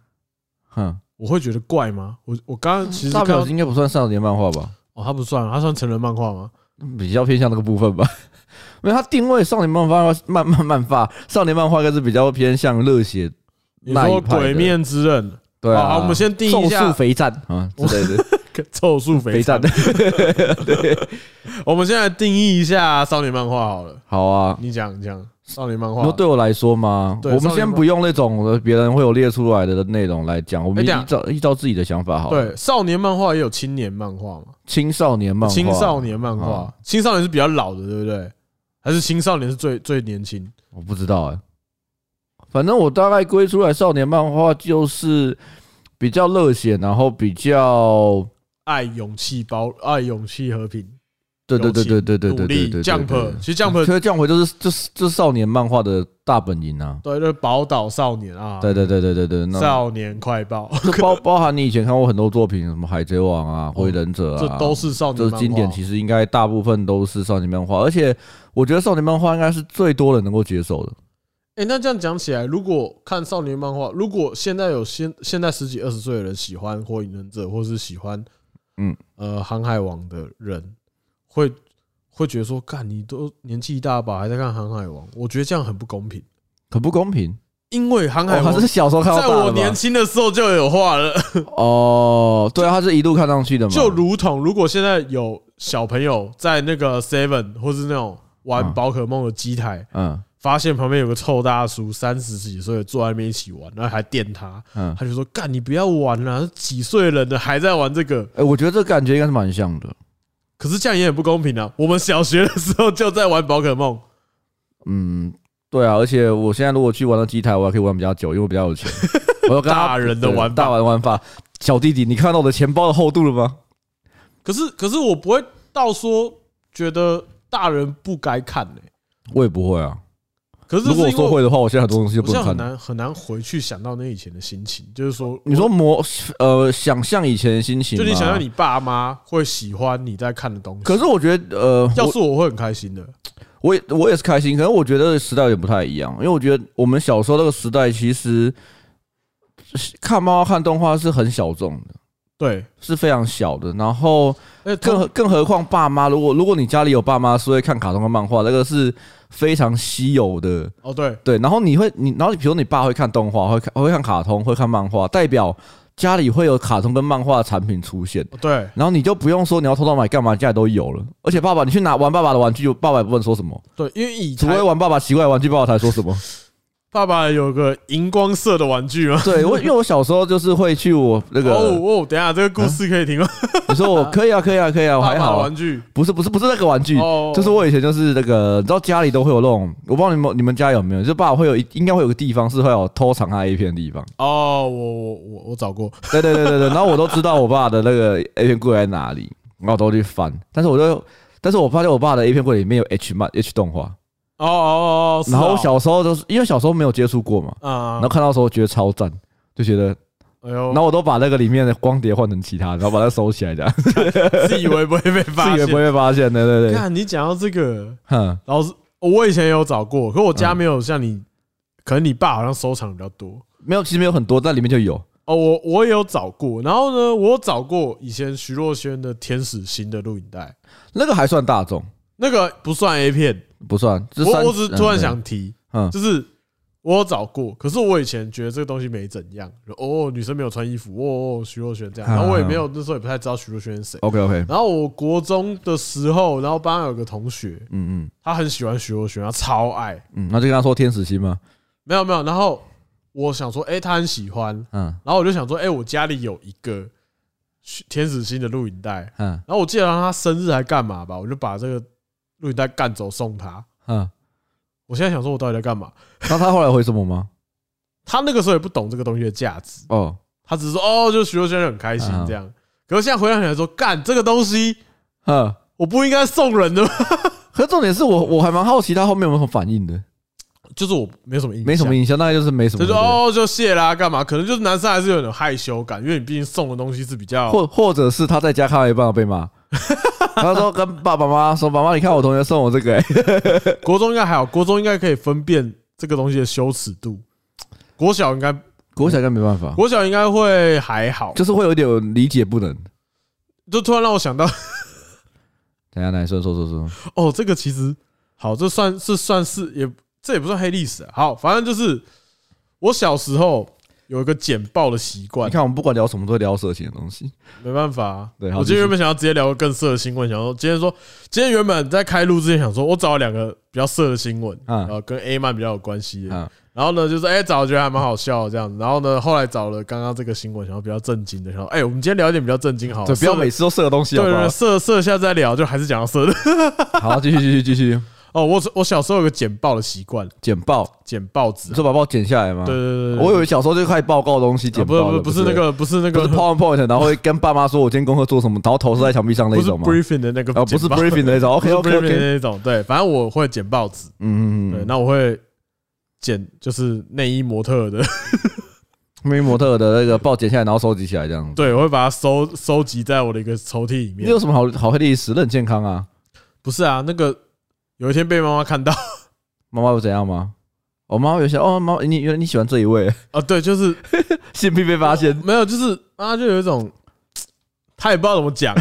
Speaker 2: 哼，
Speaker 1: 我会觉得怪吗？我我刚刚其实
Speaker 2: 大
Speaker 1: 看到
Speaker 2: 表应该不算少年漫画吧？
Speaker 1: 哦，他不算，他算成人漫画吗？
Speaker 2: 比较偏向那个部分吧。因为它定位少年漫画、漫漫漫画、少年漫画，应该是比较偏向热血
Speaker 1: 你
Speaker 2: 那
Speaker 1: 说《
Speaker 2: 一派的
Speaker 1: 鬼面之刃》
Speaker 2: 对啊，
Speaker 1: 好好我们先定一下
Speaker 2: 咒术肥战啊之类的，
Speaker 1: 跟凑数肥
Speaker 2: 肥
Speaker 1: 皂
Speaker 2: 战。
Speaker 1: 我们现在定义一下少年漫画好了，
Speaker 2: 好啊。
Speaker 1: 你讲你讲少年漫
Speaker 2: 你
Speaker 1: 画
Speaker 2: 说。对我来说嘛，
Speaker 1: 对
Speaker 2: 我
Speaker 1: 少
Speaker 2: 们
Speaker 1: 年
Speaker 2: 先
Speaker 1: 漫
Speaker 2: 不用那种呃别人会有列出来的内容来讲，我们
Speaker 1: 哎
Speaker 2: 依
Speaker 1: 等一下
Speaker 2: 照依照自己的想法好了。
Speaker 1: 对，少年漫画也有青年漫画嘛？
Speaker 2: 青少年漫画，
Speaker 1: 青少年漫画
Speaker 2: 哦，
Speaker 1: 青少年是比较老的，对不对？还是青少年是最最年轻？
Speaker 2: 我不知道哎、反正我大概归出来少年漫画就是比较热血，然后比较
Speaker 1: 爱、勇气、包爱、勇气、和平、
Speaker 2: 对对对对对对
Speaker 1: 努
Speaker 2: 对对
Speaker 1: 力、
Speaker 2: 对
Speaker 1: Jump，其实 Jump
Speaker 2: 其实 Jump 就是就是就是少年漫画的大本营啊。
Speaker 1: 对，就是宝岛少年啊，
Speaker 2: 对嗯对对对对对，那
Speaker 1: 少年快报，
Speaker 2: 这包包含你以前看过很多作品，什么海贼王啊、火影忍者
Speaker 1: 哦
Speaker 2: 啊，
Speaker 1: 这都是少
Speaker 2: 这
Speaker 1: 年
Speaker 2: 是
Speaker 1: 漫
Speaker 2: 经典，
Speaker 1: 画。
Speaker 2: 其实应该大部分都是少年漫画，而且我觉得少年漫画应该是最多人能够接受的。
Speaker 1: 哎，那这样讲起来，如果看少年漫画，如果现在有现现在十几二十岁的人喜欢火影忍者，或是喜欢
Speaker 2: 嗯
Speaker 1: 呃航海王的人，会会觉得说，干你都年纪一大把还在看航海王，我觉得这样很不公平，
Speaker 2: 很不公平，
Speaker 1: 因为航
Speaker 2: 我
Speaker 1: 海王
Speaker 2: 哦 还是小时候看到
Speaker 1: 在
Speaker 2: 大的吧
Speaker 1: 我年轻的时候就有画了，
Speaker 2: 哦，对啊，他是一路看上去的嘛，
Speaker 1: 就如同如果现在有小朋友在那个 Seven 或是那种玩
Speaker 2: 嗯
Speaker 1: 宝可梦的机台，
Speaker 2: 嗯
Speaker 1: 发现旁边有个臭大叔三十几岁坐在那边一起玩，然后还电他，
Speaker 2: 嗯，
Speaker 1: 他就说：“干，你不要玩了、几岁人了还在玩这个？
Speaker 2: 哎，我觉得这感觉应该是蛮像的，
Speaker 1: 可是这样也很不公平啊！我们小学的时候就在玩宝可梦，
Speaker 2: 嗯，对啊，而且我现在如果去玩到机台，我还可以玩比较久，因为我比较 有钱，我要跟他
Speaker 1: 大人的玩
Speaker 2: 对
Speaker 1: 法
Speaker 2: 大。玩玩法。小弟弟，你看到我的钱包的厚度了吗？
Speaker 1: 可是，可是我不会到说觉得大人不该看呢、
Speaker 2: 我也不会啊。
Speaker 1: 可是
Speaker 2: 如果我
Speaker 1: 是因为我
Speaker 2: 说会的话，我现在很多东西就不
Speaker 1: 现在
Speaker 2: 能
Speaker 1: 很
Speaker 2: 看哦了。
Speaker 1: 难很难回去想到那以前的心情，就是说，
Speaker 2: 你说模呃，想象以前的心情，
Speaker 1: 就你想象。你爸妈会喜欢你在看的东西，
Speaker 2: 可是我觉得，呃，
Speaker 1: 要
Speaker 2: 我
Speaker 1: 是我会很开心的。
Speaker 2: 我也我也是开心，可是我觉得时代有点不太一样，因为我觉得我们小时候那个时代，其实看漫画、看动画是很小众的，
Speaker 1: 对，
Speaker 2: 是非常小的。然后
Speaker 1: 哎，
Speaker 2: 更
Speaker 1: 更
Speaker 2: 何更何况爸妈，如果如果你家里有爸妈是会看卡通跟漫画，那个是非常稀有的。
Speaker 1: 哦对，
Speaker 2: 对，然后你会你，然后你比如你爸会看动画，会看会看卡通，会看漫画，代表家里会有卡通跟漫画的产品出现。
Speaker 1: 哦对，
Speaker 2: 然后你就不用说你要偷偷买干嘛，家里都有了。而且爸爸，你去拿玩爸爸的玩具，爸爸也不能说什么，
Speaker 1: 对，因为以
Speaker 2: 除非
Speaker 1: 前
Speaker 2: 玩爸爸奇怪的玩具，爸爸才说什 么。
Speaker 1: 爸爸有个荧光色的玩具嘛。
Speaker 2: 对我，因为我小时候就是会去我那
Speaker 1: 哦
Speaker 2: 个，
Speaker 1: 哦，等一下这个故事可以听吗？
Speaker 2: 你说我可以啊，可以啊，可以啊，我
Speaker 1: 爸
Speaker 2: 还
Speaker 1: 爸
Speaker 2: 好啊。
Speaker 1: 玩具
Speaker 2: 不是不是不是那个玩具，
Speaker 1: 哦
Speaker 2: 就是我以前就是那个，你知道家里都会有那种，我不知道你们你们家有没有，就爸爸会有一应该会有个地方是会有偷藏他 A 片的地方。
Speaker 1: 哦，我我我我找过，
Speaker 2: 对对对对对，然后我都知道我爸的那个 A 片柜在哪里，然后我都去翻，但是我就，但是我发现我爸的 A 片柜里面有 H 漫 H 动画，
Speaker 1: 哦哦哦，是哦
Speaker 2: 然后我小时候都是因为小时候没有接触过嘛，
Speaker 1: 啊
Speaker 2: 然后看到的时候觉得超赞，就觉得
Speaker 1: 哎呦
Speaker 2: 然，后我都把那个里面的光碟换成其他的，然后把它收起来，这样
Speaker 1: 自以为不会被
Speaker 2: 自
Speaker 1: 发
Speaker 2: 己也
Speaker 1: 现。
Speaker 2: 不会被发现。对对对，
Speaker 1: 看你讲到这个，
Speaker 2: 哼，
Speaker 1: 老师，我以前有找过，可我
Speaker 2: 嗯
Speaker 1: 家没有像你，可能你爸好像收藏比较多。
Speaker 2: 没有，其实没有很多，但里面就有。
Speaker 1: 哦，我我也有找过，然后呢，我有找过以前徐若瑄的《天使心》的录影带，
Speaker 2: 那个还算大众，
Speaker 1: 那个不算 A 片，
Speaker 2: 不算。这三
Speaker 1: 我我只是突然，
Speaker 2: 嗯
Speaker 1: 想提，
Speaker 2: 嗯
Speaker 1: 就是我有找过，可是我以前觉得这个东西没怎样，哦，女生没有穿衣服，哦，哦徐若瑄这样，
Speaker 2: 嗯
Speaker 1: 然后我也
Speaker 2: 嗯
Speaker 1: 没有那时候也不太知道徐若瑄是谁。
Speaker 2: OK OK，
Speaker 1: 然后我国中的时候，然后班上有个同学，
Speaker 2: 嗯嗯
Speaker 1: 他很喜欢徐若瑄，他超爱，
Speaker 2: 嗯，那就跟他说天使心嘛，
Speaker 1: 没有没有，然后我想说，哎，他很喜欢，
Speaker 2: 嗯
Speaker 1: 然后我就想说，哎，我家里有一个徐天使心的录影带，
Speaker 2: 嗯
Speaker 1: 然后我记得他生日还干嘛吧，我就把这个录影带干走送他。
Speaker 2: 嗯。
Speaker 1: 我现在想说，我到底在干嘛？
Speaker 2: 那他后来回什么吗？
Speaker 1: 他那个时候也不懂这个东西的价值，
Speaker 2: 哦，
Speaker 1: 他只是说哦，就徐若瑄很开心这样。可是现在回想起来说，干这个东西
Speaker 2: 嗯，
Speaker 1: 我不应该送人 的吗，
Speaker 2: 可重点是我我还蛮好奇他后面有没有什么反应的，
Speaker 1: 就是我没什么印象，
Speaker 2: 没什么印象，大概就是没什么。
Speaker 1: 就是
Speaker 2: 对不对
Speaker 1: 哦就谢啦，干嘛？可能就是男生还是有点害羞感，因为你毕竟送的东西是比较
Speaker 2: 或或者是他在家看到一半被 骂，他说跟爸爸妈妈说：“妈妈，你看我同学送我这个、 欸，
Speaker 1: 国中应该还好，国中应该可以分辨这个东西的羞耻度。国小应该，
Speaker 2: 国小应该没办法，
Speaker 1: 国小应该会还好。
Speaker 2: 就是会有一点理解不能。
Speaker 1: 就突然让我想到，
Speaker 2: 等一下，来说说说说，
Speaker 1: 哦，这个其实好，这算是算是也这也不算黑历史啊。好，反正就是我小时候有一个简报的习惯
Speaker 2: 你，看我们不管聊什么都会聊色情的东西，
Speaker 1: 没办法、啊。
Speaker 2: 对好
Speaker 1: 我今
Speaker 2: 继
Speaker 1: 天
Speaker 2: 续
Speaker 1: 原本想要直接聊个更色的新闻，想说今天说今天原本在开录之前想说，我找了两个比较色的新闻，
Speaker 2: 嗯
Speaker 1: 然后跟 A 曼比较有关系的
Speaker 2: 嗯。
Speaker 1: 然后呢，就是哎、找觉得还蛮好笑的这样子。然后呢，后来找了刚刚这个新闻，想要比较震惊的，想说哎、我们今天聊一点比较震惊好了，
Speaker 2: 哦对，不要
Speaker 1: 色的
Speaker 2: 每次都色的东西
Speaker 1: 对
Speaker 2: 好
Speaker 1: 对
Speaker 2: 不
Speaker 1: 对色色下次再聊，就还是讲到色的。
Speaker 2: 好？好，继续继续继续，
Speaker 1: 哦，我我小时候有个剪报的习惯，
Speaker 2: 剪报，
Speaker 1: 剪报纸
Speaker 2: 你。说把报剪下来吗？
Speaker 1: 对对对对，
Speaker 2: 啊我以为小时候就开始报告东西，
Speaker 1: 啊
Speaker 2: 剪
Speaker 1: 不是不
Speaker 2: 报的
Speaker 1: 是不是那。个不是那
Speaker 2: 不
Speaker 1: 个
Speaker 2: 是 PowerPoint，然后会跟爸妈说我今天功课做什么，然后投射在墙壁上那
Speaker 1: 不是
Speaker 2: 种吗？
Speaker 1: briefing 的那个
Speaker 2: 啊，不
Speaker 1: 剪
Speaker 2: 是
Speaker 1: 报
Speaker 2: briefing 那种
Speaker 1: 不
Speaker 2: ，OK
Speaker 1: 是
Speaker 2: OK
Speaker 1: briefing 的
Speaker 2: OK，
Speaker 1: 那种，对，反正我会剪报纸。
Speaker 2: 嗯
Speaker 1: 对，
Speaker 2: 嗯嗯，
Speaker 1: 那我会剪就是内衣模特的，
Speaker 2: 那模特的那个报剪下来，然后收集起来这样子。
Speaker 1: 对，我会把它收收集在我的一个抽屉里
Speaker 2: 你
Speaker 1: 面
Speaker 2: 有。什么好好黑历史？那很健康啊，
Speaker 1: 不是啊，那个有一天被妈妈看到
Speaker 2: 妈妈有怎样吗？我妈妈有些哦，妈，你原来你喜欢这一位，
Speaker 1: 啊，对，就是
Speaker 2: 性癖被 发现，
Speaker 1: 没有，就是妈就有一种，她也不知道怎么讲，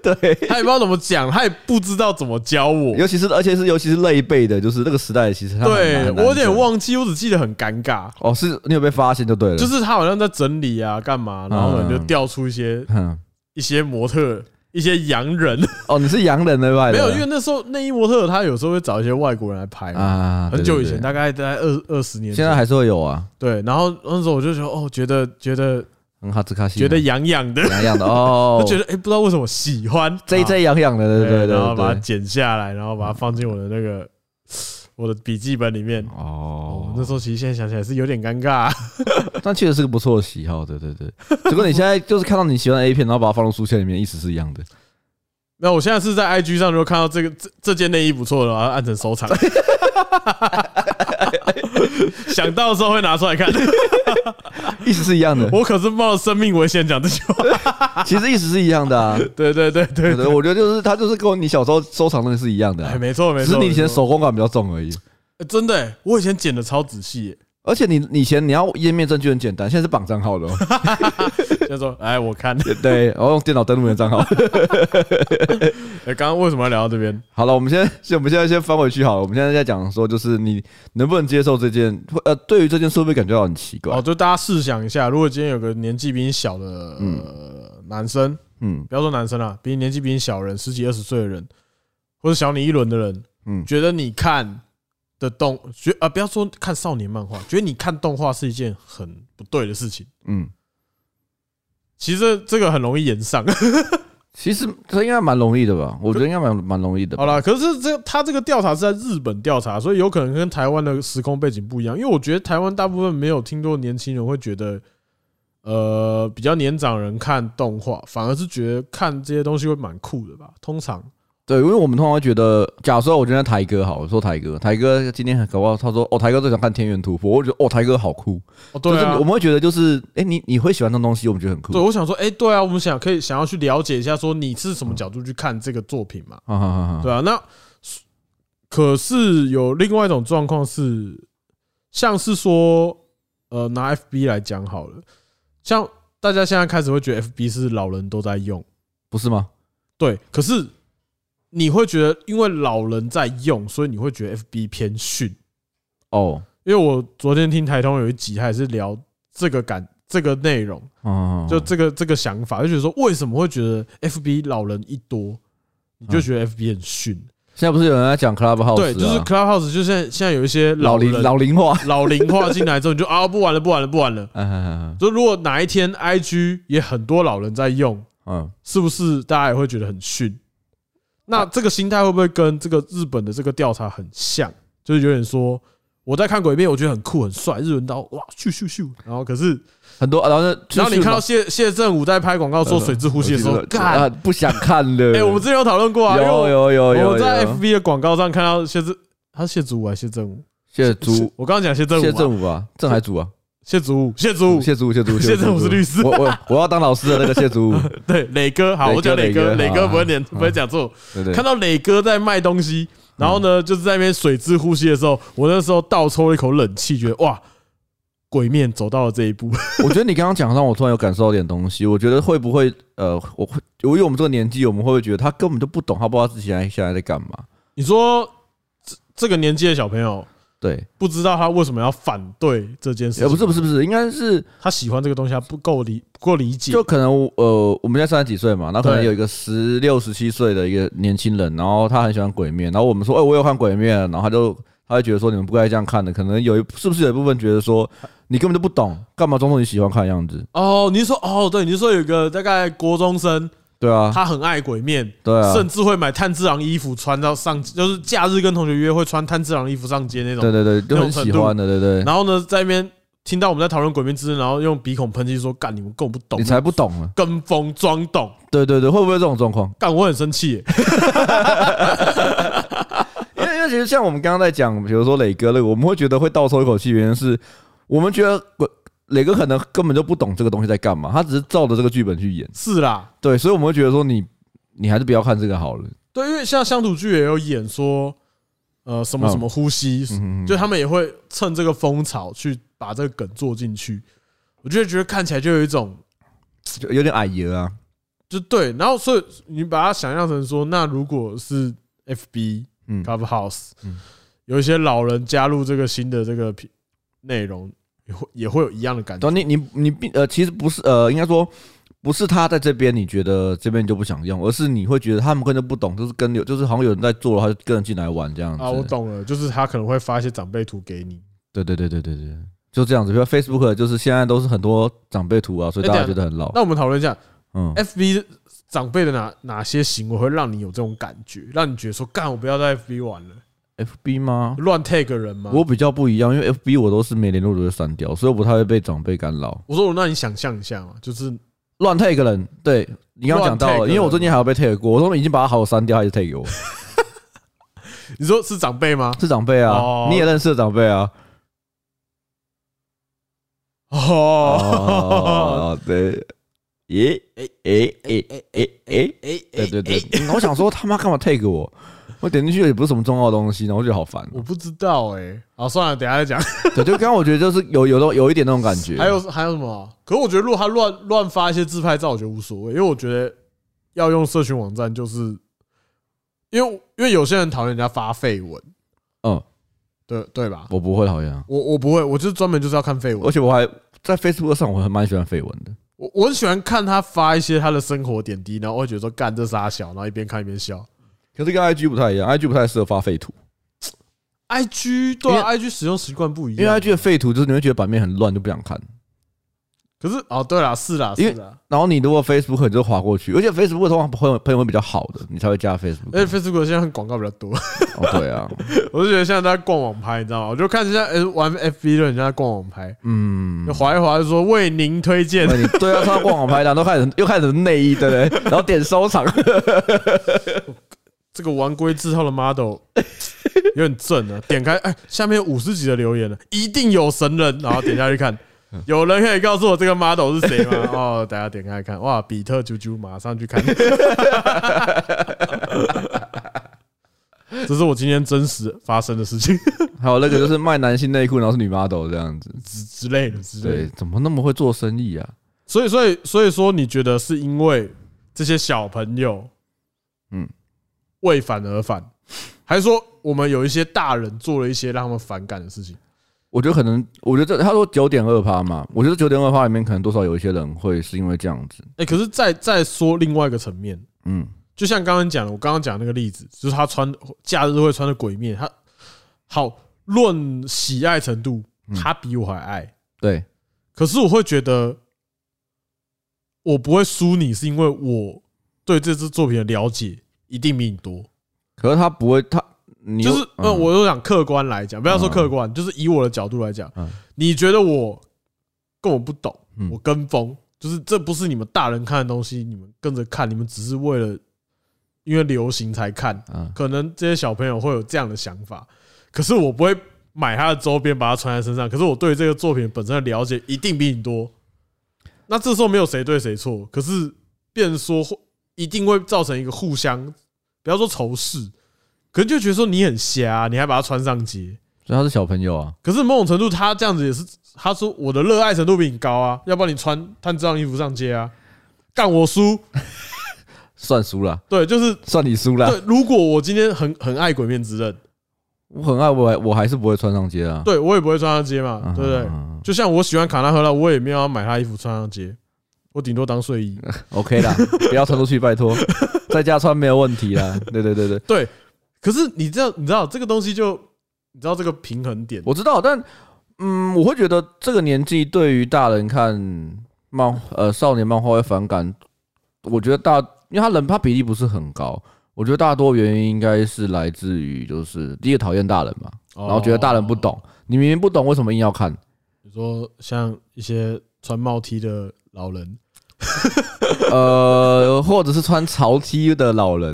Speaker 2: 对，
Speaker 1: 她也不知道怎么讲，她也不知道怎么教我。
Speaker 2: 尤其是而且是尤其是那一辈的，就是那个时代，其实他们
Speaker 1: 对
Speaker 2: 很
Speaker 1: 我
Speaker 2: 难
Speaker 1: 有点忘记，我只记得很尴尬，
Speaker 2: 哦，是你有被发现就对了，
Speaker 1: 就是她好像在整理啊，干嘛，然后呢
Speaker 2: 嗯
Speaker 1: 就调出一些
Speaker 2: 嗯，
Speaker 1: 一些模特。一些洋人
Speaker 2: 哦，你是洋人那派
Speaker 1: 没
Speaker 2: 的，
Speaker 1: 有，因为那时候内衣模特他有时候会找一些外国人来拍嘛
Speaker 2: 啊，
Speaker 1: 很久以前，
Speaker 2: 对，
Speaker 1: 大概在二二十年前，
Speaker 2: 对对现在还是会有啊，
Speaker 1: 对。然后那时候我就觉得，哦，觉得觉得
Speaker 2: 很哈兹卡西，
Speaker 1: 觉得痒痒的，
Speaker 2: 洋啊 洋的哦，
Speaker 1: 就觉得哎、不知道为什么喜欢
Speaker 2: 这一
Speaker 1: 啊
Speaker 2: 这洋洋的，对对对
Speaker 1: 然后
Speaker 2: 对
Speaker 1: 把它
Speaker 2: 对，
Speaker 1: 剪下来，然后把它放进我的那个我的笔记本里面。哦
Speaker 2: 哦，
Speaker 1: 那时候其实现在想起来是有点尴尬，
Speaker 2: 但确实是个不错的喜好，对对对。只不过你现在就是看到你喜欢的 A 片，然后把它放入书签里面，意思是一 样的。
Speaker 1: 那我现在是在 IG 上，如果看到这个这这件内衣不错的，然后按成收藏。 想到的时候会拿出 来看，
Speaker 2: 意思是一样的，
Speaker 1: 我可是冒着生命危险讲这句话。
Speaker 2: 其实意思是一样 的啊。
Speaker 1: 对对对对
Speaker 2: 对，对，我觉得就是它就是跟你小时候收藏的是一样的、
Speaker 1: 哎，
Speaker 2: 啊，
Speaker 1: 没错没
Speaker 2: 只
Speaker 1: 错。
Speaker 2: 是你以
Speaker 1: 没
Speaker 2: 前
Speaker 1: 错
Speaker 2: 手工感比较重而已。
Speaker 1: 欸真的、欸，我以前剪的超仔细、欸。
Speaker 2: 而且你你以前你要页面证据很简单，现在是绑账 号的、哦，
Speaker 1: 就说，哎，我看，
Speaker 2: 对，然后用电脑登录你的账号。
Speaker 1: 哎，刚刚为什么要聊到这边？
Speaker 2: 好了，我们先先我们现在先翻回去好了，我们现在在讲说就是你能不能接受这件，呃，对于这件事会不会感觉到很奇怪
Speaker 1: 哦，？就大家试想一下，如果今天有个年纪比你小的、呃、男生，
Speaker 2: 嗯
Speaker 1: 不要说男生啦，比你年纪比你小的人，十几二十岁的人，或者小你一轮的人，
Speaker 2: 嗯，
Speaker 1: 觉得你看的动，觉啊、不要说看少年漫画，觉得你看动画是一件很不对的事情。
Speaker 2: 嗯，
Speaker 1: 其实这这个很容易延上。
Speaker 2: 其实这应该蛮容易的吧？我觉得应该蛮蛮容易的吧。
Speaker 1: 好了，可是这他这个调查是在日本调查，所以有可能跟台湾的时空背景不一样。因为我觉得台湾大部分没有听多年轻人会觉得，呃，比较年长人看动画，反而是觉得看这些东西会蛮酷的吧。通常
Speaker 2: 对，因为我们通常会觉得，假设我今天台哥好，我说台哥，台哥今天很搞不好，他说哦，台哥最想看《天元突破》，我就觉得哦，台哥好酷，
Speaker 1: 哦，对
Speaker 2: 就是
Speaker 1: 啊
Speaker 2: 我，们会觉得就是，哎、你你会喜欢这种东西，我们觉得很酷，
Speaker 1: 对，我想说，哎，对啊，我们想可以想要去了解一下，说你是什么角度去看这个作品嘛？
Speaker 2: 哈哈哈哈，
Speaker 1: 对啊，那可是有另外一种状况是，像是说，呃，拿 FB 来讲好了，像大家现在开始会觉得 FB 是老人都在用，
Speaker 2: 不是吗？
Speaker 1: 对，可是你会觉得，因为老人在用，所以你会觉得 FB 偏逊。
Speaker 2: 哦，
Speaker 1: 因为我昨天听台通有一集，他也是聊这个感这个内容，
Speaker 2: 嗯，
Speaker 1: 就这个这个想法，就觉得说为什么会觉得 FB 老人一多，你就觉得 FB 很逊？
Speaker 2: 现在不是有人在讲嗯 Clubhouse，、啊、
Speaker 1: 对，就是 Clubhouse，就现在现在有一些
Speaker 2: 老龄
Speaker 1: 人
Speaker 2: 老龄化，啊
Speaker 1: 老龄化进来之后，你就啊不玩了，不玩了，不玩了。
Speaker 2: 嗯嗯
Speaker 1: 就如果哪一天 IG 也很多老人在用，
Speaker 2: 嗯，
Speaker 1: 是不是大家也会觉得很逊？那这个心态会不会跟这个日本的这个调查很像？就是有点说我在看鬼片，我觉得很酷很帅，日文刀哇咻咻咻，然后可是
Speaker 2: 很多，然后
Speaker 1: 然后你看到谢谢振武在拍广告做水之呼吸的时候，
Speaker 2: 啊
Speaker 1: 干，
Speaker 2: 不想看 了，
Speaker 1: 哎，我们之前有讨论过啊，因为
Speaker 2: 有
Speaker 1: 我
Speaker 2: 有有有，
Speaker 1: 我在
Speaker 2: 有
Speaker 1: FB 的广告上看到谢振，他是谢祖武还是谢振武？
Speaker 2: 谢祖
Speaker 1: 是我刚刚讲谢振武
Speaker 2: 谢
Speaker 1: 嘛，
Speaker 2: 正武啊，郑海祖啊，
Speaker 1: 谢祖武，谢祖武，
Speaker 2: 谢祖武谢祖武，
Speaker 1: 谢正武是律师
Speaker 2: 我我我要当老师的那个 谢祖武，
Speaker 1: 对，磊哥，好，
Speaker 2: 磊哥
Speaker 1: 我讲磊哥，磊
Speaker 2: 磊哥
Speaker 1: 哥
Speaker 2: 好
Speaker 1: 不会念，不会讲错。
Speaker 2: 对对，嗯
Speaker 1: 看到磊哥在卖东西，然后呢，就是在那边水之呼吸的时候，我那时候倒抽了一口冷气，觉得哇，鬼面走到了这一步。
Speaker 2: 我觉得你刚刚讲让我突然有感受到点东西。我觉得会不会呃，我会，因为我们这个年纪，我们会不会觉得他根本就不懂，他不知道自己现在现在在干嘛？
Speaker 1: 你说这这个年纪的小朋友
Speaker 2: 对，
Speaker 1: 不知道他为什么要反对这件事
Speaker 2: 呃，
Speaker 1: 情？
Speaker 2: 不是不是不是，应该是
Speaker 1: 他喜欢这个东西，他不够理不够理解。
Speaker 2: 就可能我呃，我们现在三十几岁嘛，那可能
Speaker 1: 对
Speaker 2: 有一个十六十七岁的一个年轻人，然后他很喜欢鬼面，然后我们说，哎、我有看鬼面，然后他就他会觉得说你们不该这样看的，可能有一是不是有一部分觉 得说你根本就不懂，干嘛装作你喜欢看的样子？
Speaker 1: 哦，你是说哦，对，你是说有个大概国中生，
Speaker 2: 对啊，
Speaker 1: 他很爱鬼面，
Speaker 2: 对啊，
Speaker 1: 甚至会买炭治郎衣服穿到上，就是假日跟同学约会穿炭治郎衣服上街那种
Speaker 2: 对。对对，就
Speaker 1: 那
Speaker 2: 很
Speaker 1: 种程
Speaker 2: 喜
Speaker 1: 度
Speaker 2: 欢的，对对，
Speaker 1: 然后呢，在那边听到我们在讨论《鬼灭之刃》，然后用鼻孔喷气说：“干，你们根本不懂，
Speaker 2: 你才不懂呢，
Speaker 1: 跟风装懂。
Speaker 2: 对对对，会不会有这种 状况？”
Speaker 1: 干，我很生气耶。
Speaker 2: 因为因为其实像我们刚刚在讲，比如说磊哥那个，我们会觉得会倒抽一口气，原因是我们觉得鬼磊哥可能根本就不懂这个东西在干嘛，他只是照着这个剧本去演。
Speaker 1: 是啦，
Speaker 2: 对，所以我们会觉得说你你还是不要看这个好了。
Speaker 1: 对，因为像乡土剧也有演说，呃，什么什么呼吸，
Speaker 2: 嗯，
Speaker 1: 就他们也会趁这个风潮去把这个梗做进去。我就会觉得看起来就有一种
Speaker 2: 就有点矮油啊。
Speaker 1: 就对，然后所以你把它想象成说，那如果是 FB
Speaker 2: 嗯，
Speaker 1: Clubhouse，
Speaker 2: 嗯
Speaker 1: 有一些老人加入这个新的这个频内容，也会也会有一样的感觉
Speaker 2: 啊等。你你你并呃，其实不是呃，应该说不是他在这边，你觉得这边就不想用，而是你会觉得他们根本就不懂，就是跟有就是好像有人在做，他就跟人进来玩这样子。
Speaker 1: 啊，我。懂了，就是他可能会发一些长辈图给你。
Speaker 2: 对对对对对对，就这样子。比如 Facebook 就是现在都是很多长辈图啊，所以
Speaker 1: 哎
Speaker 2: 大家
Speaker 1: 等一
Speaker 2: 觉
Speaker 1: 下
Speaker 2: 得很老。
Speaker 1: 那我们讨论一下
Speaker 2: 嗯，
Speaker 1: ，FB 长辈的哪哪些行为会让你有这种感觉，让你觉得说，干，我不要在 FB 玩了，
Speaker 2: FB 吗？
Speaker 1: 乱 tag 人吗？
Speaker 2: 我比较不一样，因为 FB 我都是没联络的就删掉，所以我不太会被长辈干扰。
Speaker 1: 我说我让你想象一下嘛，就是
Speaker 2: 乱 tag 人，对你刚刚讲到
Speaker 1: 乱 tag
Speaker 2: 了，因为我最近还有被 tag 过，我都已经把他好友删掉，还是 tag 我，
Speaker 1: 你说是长辈吗？
Speaker 2: 是长辈啊
Speaker 1: 哦，
Speaker 2: 你也认识的长辈啊。
Speaker 1: 哦，
Speaker 2: 哦，对，诶诶诶诶诶诶诶，对对对，嗯我想说他妈干嘛 tag 我？我点进去也不是什么重要的东西，然后我觉得好烦哦。
Speaker 1: 我不知道哎，好，算了，等一下再讲。
Speaker 2: 对，就刚刚我觉得就是有有有一点那种感觉。
Speaker 1: 还有还有什么？可是我觉得如果他乱乱发一些自拍照，我觉得无所谓，因为我觉得要用社群网站，就是因为因为有些人讨厌人家发绯闻，
Speaker 2: 嗯，
Speaker 1: 对对吧？
Speaker 2: 我不会好像，
Speaker 1: 我我不会，我就是专门就是要看绯
Speaker 2: 而
Speaker 1: 闻。
Speaker 2: 且我还在 Facebook 上我还蛮喜欢绯闻的。
Speaker 1: 我我很喜欢看他发一些他的生活点滴，然后我会觉得说干这傻小，然后一边看一边笑。
Speaker 2: 可是跟 IG 不太一样，IG 不太适合发废图，
Speaker 1: I G 对啊，I G 使用习惯不一
Speaker 2: 因为
Speaker 1: 样，
Speaker 2: IG 的废图就是你会觉得版面很乱，就不想看。
Speaker 1: 可是哦，对啦，是啦，
Speaker 2: 因为
Speaker 1: 是啦。
Speaker 2: 然后你如果 Facebook 你就划过去，而且 Facebook 通常朋友朋友会比较好的，你才会加 Facebook。
Speaker 1: 而且 Facebook 现在广告比较多，
Speaker 2: 哦，对啊，
Speaker 1: 我就觉得现在都在逛网拍，你知道吗？我就看人家呃玩 FB 的人家在逛网拍，
Speaker 2: 嗯
Speaker 1: 就，划一划就说为您推荐
Speaker 2: 那，你对啊，他逛网拍，然后都开始又开始内衣，对不对？然后点收藏，
Speaker 1: 这个玩归字号的 model 有点正啊，点开哎，下面有五十几的留言了，一定有神人，然后点下去看，有人可以告诉我这个 model 是谁吗？ 哦，大家点开看，哇，比特啾啾，马上去看。这是我今天真实发生的事情
Speaker 2: 还有那个就是卖男性内裤，然后是女 model 这样子。
Speaker 1: 之之类的之类的
Speaker 2: 对，。怎么那么会做生意啊？
Speaker 1: 所以，所以，所以说，你觉得是因为这些小朋友，嗯
Speaker 2: 嗯，
Speaker 1: 为反而反，还是说我们有一些大人做了一些让他们反感的事情？
Speaker 2: 我觉得可能，我觉得这他说九点二趴嘛，我觉得九点二趴里面可能多少有一些人会是因为这样子，
Speaker 1: 哎，可是再再说另外一个层面，
Speaker 2: 嗯，
Speaker 1: 就像刚刚讲的，我刚刚讲那个例子，就是他穿假日会穿的鬼面，他好论喜爱程度，
Speaker 2: 嗯
Speaker 1: 他比我还爱，
Speaker 2: 对，
Speaker 1: 可是我会觉得我不会输你，是因为我对这支作品的了解一定比你多。
Speaker 2: 可是他不会，他你
Speaker 1: 就是呃，
Speaker 2: 嗯
Speaker 1: 我就想客观来讲，不要说
Speaker 2: 嗯
Speaker 1: 客观，就是以我的角度来讲
Speaker 2: 嗯，
Speaker 1: 你觉得我根本不懂，
Speaker 2: 嗯
Speaker 1: 我跟风，就是这不是你们大人看的东西，你们跟着看，你们只是为了因为流行才看，
Speaker 2: 嗯，
Speaker 1: 可能这些小朋友会有这样的想法，可是我不会买他的周边把它穿在身上，可是我对这个作品本身的了解一定比你多。那这时候没有谁对谁错，可是变成说会一定会造成一个互相，不要说仇视，可能就觉得说你很瞎、你还把它穿上街。
Speaker 2: 所以他是小朋友啊，
Speaker 1: 可是某种程度，他这样子也是，他说我的热爱程度比你高啊，要不然你穿探这样衣服上街啊，干我输。
Speaker 2: 算输了，
Speaker 1: 对，就是
Speaker 2: 算你输了，
Speaker 1: 对。如果我今天很很爱《鬼面之刃》，
Speaker 2: 我很爱我还，我还是不会穿上街啊，
Speaker 1: 对我也不会穿上街嘛，
Speaker 2: 嗯，
Speaker 1: 对不对？
Speaker 2: 嗯
Speaker 1: 就像我喜欢卡纳赫拉，我也没有要买他衣服穿上街，我顶多当睡衣。
Speaker 2: ？OK 啦，不要穿出去，拜托，在家穿没有问题啦，对对对对，
Speaker 1: 可是你知道，你知道这个东西就你知道这个平衡点，
Speaker 2: 我知道，但嗯，我会觉得这个年纪对于大人看漫呃少年漫画会反感，我觉得大，因为他人他比例不是很高，我觉得大多原因应该是来自于就是第一个讨厌大人嘛，
Speaker 1: 然
Speaker 2: 然后觉得大人不。懂，你明明不懂为什么硬要看，
Speaker 1: 你说像一些穿帽 T 的老 人，
Speaker 2: 呃，或者是穿潮 T 的老人，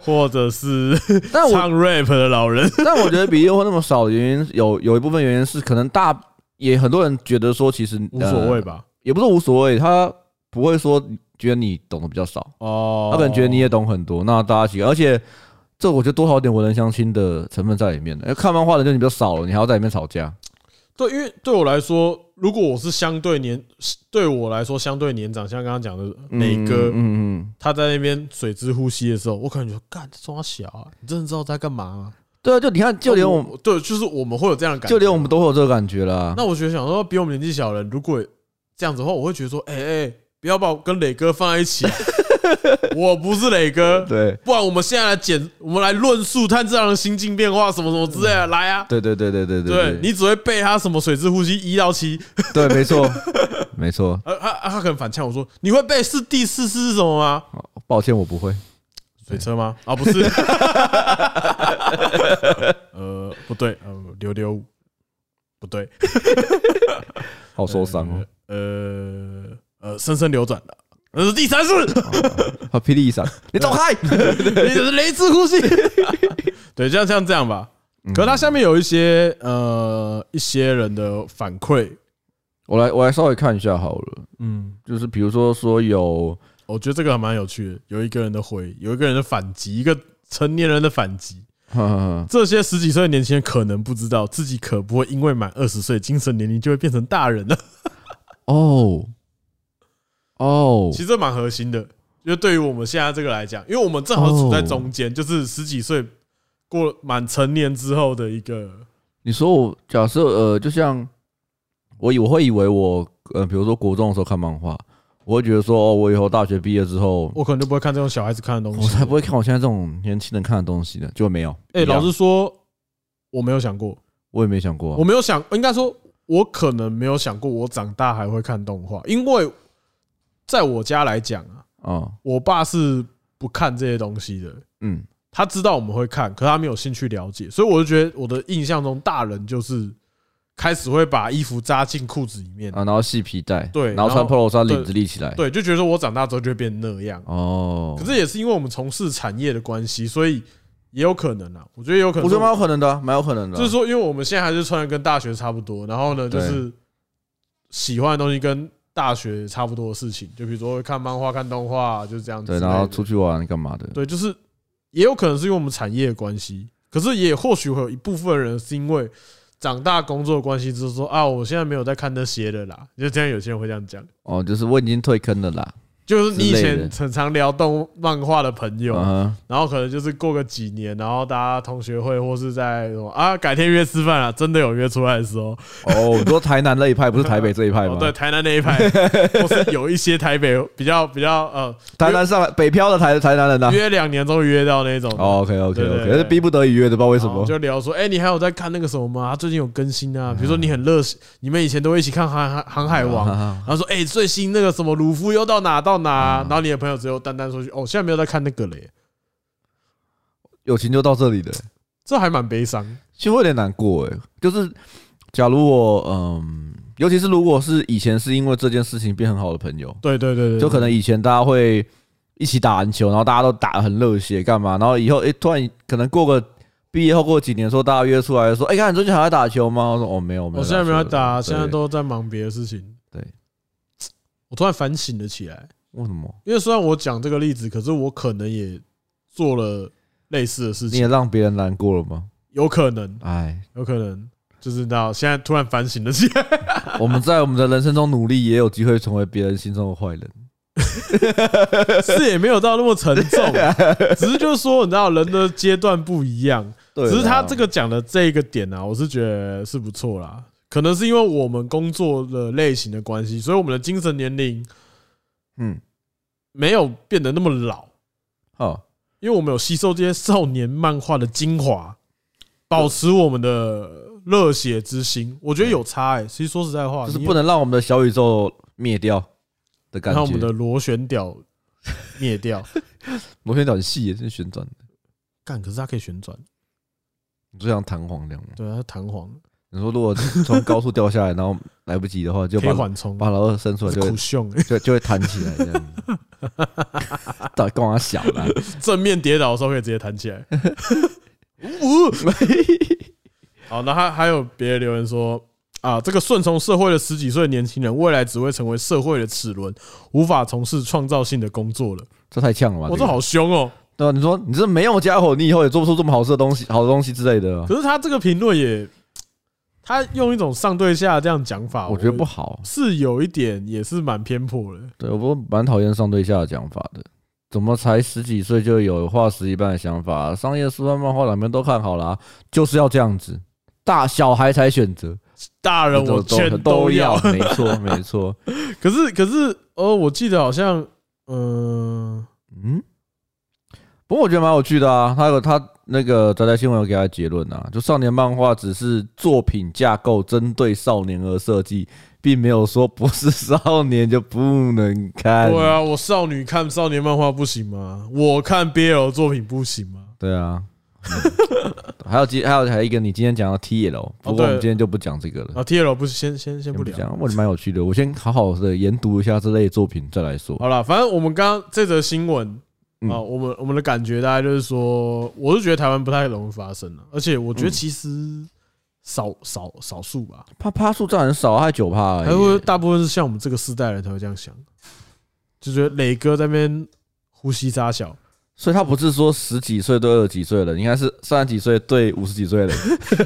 Speaker 1: 或者是
Speaker 2: 但我
Speaker 1: 唱 rap 的老人，
Speaker 2: 但我觉得比例会那么少的原因有有一部分原因是可能大也很多人觉得说其实
Speaker 1: 无所谓
Speaker 2: 呃
Speaker 1: 吧？
Speaker 2: 也不是无所谓，他不会说觉得你懂得比较少。
Speaker 1: 哦，
Speaker 2: 嗯他可能觉得你也懂很多，那大家一起，而且这我觉得多少有点文人相亲的成分在里面的。哎，看漫画的就你比较少了，你还要在里面吵架。
Speaker 1: 对，因为对我来说，如果我是相对年，对我来说相对年长，像刚刚讲的磊哥
Speaker 2: 嗯，嗯嗯，
Speaker 1: 他在那边水之呼吸的时候，我感觉干这装小啊，你真的知道在干嘛吗？
Speaker 2: 对啊，就你看，就连我们，
Speaker 1: 对，就是我们会有这样的感觉，
Speaker 2: 就连我们都会有这个感觉啦。
Speaker 1: 那我觉得想说，比我们年纪小的人，如果这样子的话，我会觉得说，哎、哎、不要把我跟磊哥放在一起，啊 我不是磊哥，
Speaker 2: 对
Speaker 1: 不然我们现在来检，我们来论述炭治郎的心境变化什么什么之类的，来啊。
Speaker 2: 对对对对嗯对
Speaker 1: 对
Speaker 2: 对，
Speaker 1: 你只会背他什么水之呼吸一到七，
Speaker 2: 对，没错没错。
Speaker 1: 呃，他他可能反呛我说：“你会背是第四次是什么吗？
Speaker 2: 抱歉，我不会。
Speaker 1: 水车吗？啊，不是， 呃，不对，呃，溜溜舞，不对，
Speaker 2: 好受伤哦！
Speaker 1: 呃呃，深深流转了，那是第三次，
Speaker 2: 好，霹雳一闪，你 走开！
Speaker 1: 你是雷之呼吸。 对，这样像这样吧。
Speaker 2: 嗯
Speaker 1: 可是它下面有一些呃一些人的反馈，
Speaker 2: 我来，我来稍微看一下好了。
Speaker 1: 嗯，
Speaker 2: 就是比如说，说有
Speaker 1: 我觉得这个还蛮有趣的。有一个人的回，有一个人的反击，一个成年人的反击。
Speaker 2: 呵呵呵
Speaker 1: 这些十几岁的年轻人可能不知道自己可不会因为满二十岁精神年龄就会变成大人了。
Speaker 2: 哦哦
Speaker 1: 其，实这蛮核心的，就对于我们现在这个来讲，因为我们正好处在
Speaker 2: 哦
Speaker 1: 中间，就是十几岁过满成年之后的一个
Speaker 2: 你说我假设呃，就像我以我会以为我呃，比如说国中的时候看漫画，我会觉得说哦，我以后大学毕业之后，
Speaker 1: 我可能就不会看这种小孩子看的东
Speaker 2: 我
Speaker 1: 西
Speaker 2: 才。不会看我现在这种年轻人看的东西呢，就没有。
Speaker 1: 哎、
Speaker 2: 一样
Speaker 1: 老实说，我没有想过，
Speaker 2: 我也没想过啊、
Speaker 1: 我没有想，应该说，我可能没有想过我长大还会看动画，因为在我家来讲啊，
Speaker 2: 啊，
Speaker 1: 我爸是不看这些东西的。
Speaker 2: 嗯，
Speaker 1: 他知道我们会看，可他没有兴趣了解，所以我就觉得我的印象中，大人就是开始会把衣服扎进裤子里面，
Speaker 2: 啊，然后系皮带，
Speaker 1: 对
Speaker 2: 然后穿
Speaker 1: 然后
Speaker 2: polo 衫
Speaker 1: 对
Speaker 2: 领子立起来，
Speaker 1: 对，就觉得说我长大之后就会变那样。
Speaker 2: 哦
Speaker 1: 可，是也是因为我们从事产业的关系，所以也有可能啊，我觉得也有可
Speaker 2: 我觉得蛮
Speaker 1: 能，
Speaker 2: 有可能的啊，蛮有可能的啊，
Speaker 1: 就是说，因为我们现在还是穿的跟大学差不多，然后呢，就
Speaker 2: 对
Speaker 1: 是喜欢的东西跟大学差不多的事情，就比如说会看漫画、看动画，就是这样子。
Speaker 2: 对，然后出，去玩干嘛的，
Speaker 1: 对，就是也有可能是因为我们产业的关系，可是也或许会有一部分人是因为。长大工作的关系，就是说啊，我现在没有在看那些了啦。就这样，有些人会这样讲，
Speaker 2: 哦，就是我已经退坑了啦，
Speaker 1: 就是你以
Speaker 2: 之类
Speaker 1: 前
Speaker 2: 的
Speaker 1: 很常聊动漫画的朋友，
Speaker 2: 嗯
Speaker 1: 然后可能就是过个几年，然后大家同学会或是在什么啊，改天约吃饭啊，真的有约出来的时候，
Speaker 2: 哼，哦，你说台南那一派不是台北这一派
Speaker 1: 哦
Speaker 2: 吗？，
Speaker 1: 对，，台南那 一派，或是有一些台北比较比较呃，
Speaker 2: 台南上来北漂的台台南人呐。啊
Speaker 1: 约两年终于约到那种，
Speaker 2: 哦，OK OK
Speaker 1: 对对
Speaker 2: OK，
Speaker 1: 对
Speaker 2: 那是逼不得已约的，不知道为什
Speaker 1: 然后
Speaker 2: 么。
Speaker 1: 就聊说，哎，你还有在看那个什么吗？他最近有更新啊，比如说你很热，你们以前都会一起看《航航航海 王》，
Speaker 2: 啊
Speaker 1: 然后说，哎，最新那个什么鲁夫又到哪到哪，然后你的朋友只有单单说句，哦，现在没有在看那个嘞，
Speaker 2: 友情就到这里了，
Speaker 1: 这还蛮悲伤，
Speaker 2: 其实会有点难过哎。就是假如我嗯，尤其是如果是以前是因为这件事情变很好的朋友，
Speaker 1: 对对对对，
Speaker 2: 就可能以前大家会一起打篮球，然后大家都打得很热血，干嘛？然后以后诶、突然可能过个毕业后过几年的时候，大家约出来说，哎、看你最近还在打球吗？我说哦，没有，没有
Speaker 1: 我
Speaker 2: 球
Speaker 1: 现在
Speaker 2: 了。
Speaker 1: 没有打，
Speaker 2: 对
Speaker 1: 现在都在忙别的事情。
Speaker 2: 对，
Speaker 1: 我突然反省了起来，
Speaker 2: 为什么？
Speaker 1: 因为虽然我讲这个例子，可是我可能也做了类似的事
Speaker 2: 你也
Speaker 1: 情，
Speaker 2: 让别人难过了吗？
Speaker 1: 有可能，
Speaker 2: 哎，
Speaker 1: 有可能，就是到现在突然反省了起来。
Speaker 2: 我们在我们的人生中努力，也有机会成为别人心中的坏人。
Speaker 1: 是也没有到那么沉 重，只是就是说，你知道人的阶段不一样，
Speaker 2: 对啊 啦，
Speaker 1: 只是他这个讲的这一个点啊，我是觉得是不错啦。可能是因为我们工作的类型的关系，所以我们的精神年龄
Speaker 2: 嗯，
Speaker 1: 没有变得那么老。
Speaker 2: 好，
Speaker 1: 因为我们有吸收这些少年漫画的精华，保持我们的热血之心，我觉得有差哎、其实说实在话，
Speaker 2: 就是
Speaker 1: 你
Speaker 2: 不能让我们的小宇宙灭掉的感
Speaker 1: 让我们
Speaker 2: 觉
Speaker 1: 的。螺旋屌灭掉。
Speaker 2: 螺旋桨很细耶，真旋转的，
Speaker 1: 干，可是它可以旋转，
Speaker 2: 你就像弹簧这样吗？
Speaker 1: 对，它弹簧
Speaker 2: 你说如果从高速掉下来，然后来不及的话，就
Speaker 1: 可以
Speaker 2: 把
Speaker 1: 缓冲，
Speaker 2: 把老二伸出来
Speaker 1: 是
Speaker 2: 就会
Speaker 1: 苦凶、
Speaker 2: 就就会弹起来这样。到底干嘛啊小啦？
Speaker 1: 正面跌倒的时候可以直接弹 起来。 呜好，那还还有别的留言说啊，这个顺从社会的十几岁年轻人，未来只会成为社会的齿轮，无法从事创造性的工作了。
Speaker 2: 这太呛了吧？
Speaker 1: 我这
Speaker 2: 个
Speaker 1: 好凶哦！
Speaker 2: 对啊，你说你这没用家伙，你以后也做不出这么好吃的东西、好的东西之类的啊，
Speaker 1: 可是他这个评论也，他用一种上对下这样讲法，
Speaker 2: 我觉得不好。
Speaker 1: 是有一点，也是蛮偏颇的。
Speaker 2: 对，我不蛮讨厌上对下的讲法的。怎么才十几岁就有化石一般的想法、啊商业书、漫画两边都看好啦、就是要这样子。大小孩才选择，
Speaker 1: 大人我
Speaker 2: 都
Speaker 1: 全
Speaker 2: 都
Speaker 1: 要，
Speaker 2: 没 错没错。
Speaker 1: 可是可是哦，我记得好像，嗯，
Speaker 2: 嗯，不过我觉得蛮有趣的啊。他有他那个宅宅新闻有给他结论啊，就少年漫画只是作品架构针对少年而设计，并没有说不是少年就不能看。
Speaker 1: 对啊，我少女看少年漫画不行吗？我看 BL 作品不行吗？
Speaker 2: 对啊。 嗯还有今还有还有一个你今天讲的 TL，不过我们
Speaker 1: 哦对
Speaker 2: 今天就不讲这个了，
Speaker 1: 啊，TL 不是先先先
Speaker 2: 先
Speaker 1: 不
Speaker 2: 不
Speaker 1: 聊。
Speaker 2: 讲，我觉得蛮有趣的。我先好好的研读一下这类作品，再 来说。
Speaker 1: 好了，反正我们刚刚这则新闻。
Speaker 2: 嗯
Speaker 1: 啊，我们我们的感觉大概就是说，我是觉得台湾不太容易发生啊了、而且我觉得
Speaker 2: 嗯
Speaker 1: 其实少少少数吧，
Speaker 2: 啪啪数占很少，还九趴而
Speaker 1: 啊
Speaker 2: 已。
Speaker 1: 还会大部分是像我们这个世代人才会这样想，就觉得磊哥在那边呼吸扎 小，
Speaker 2: 所以他不是说十几岁对二十几岁了，应该是三十几岁对五十 几岁了。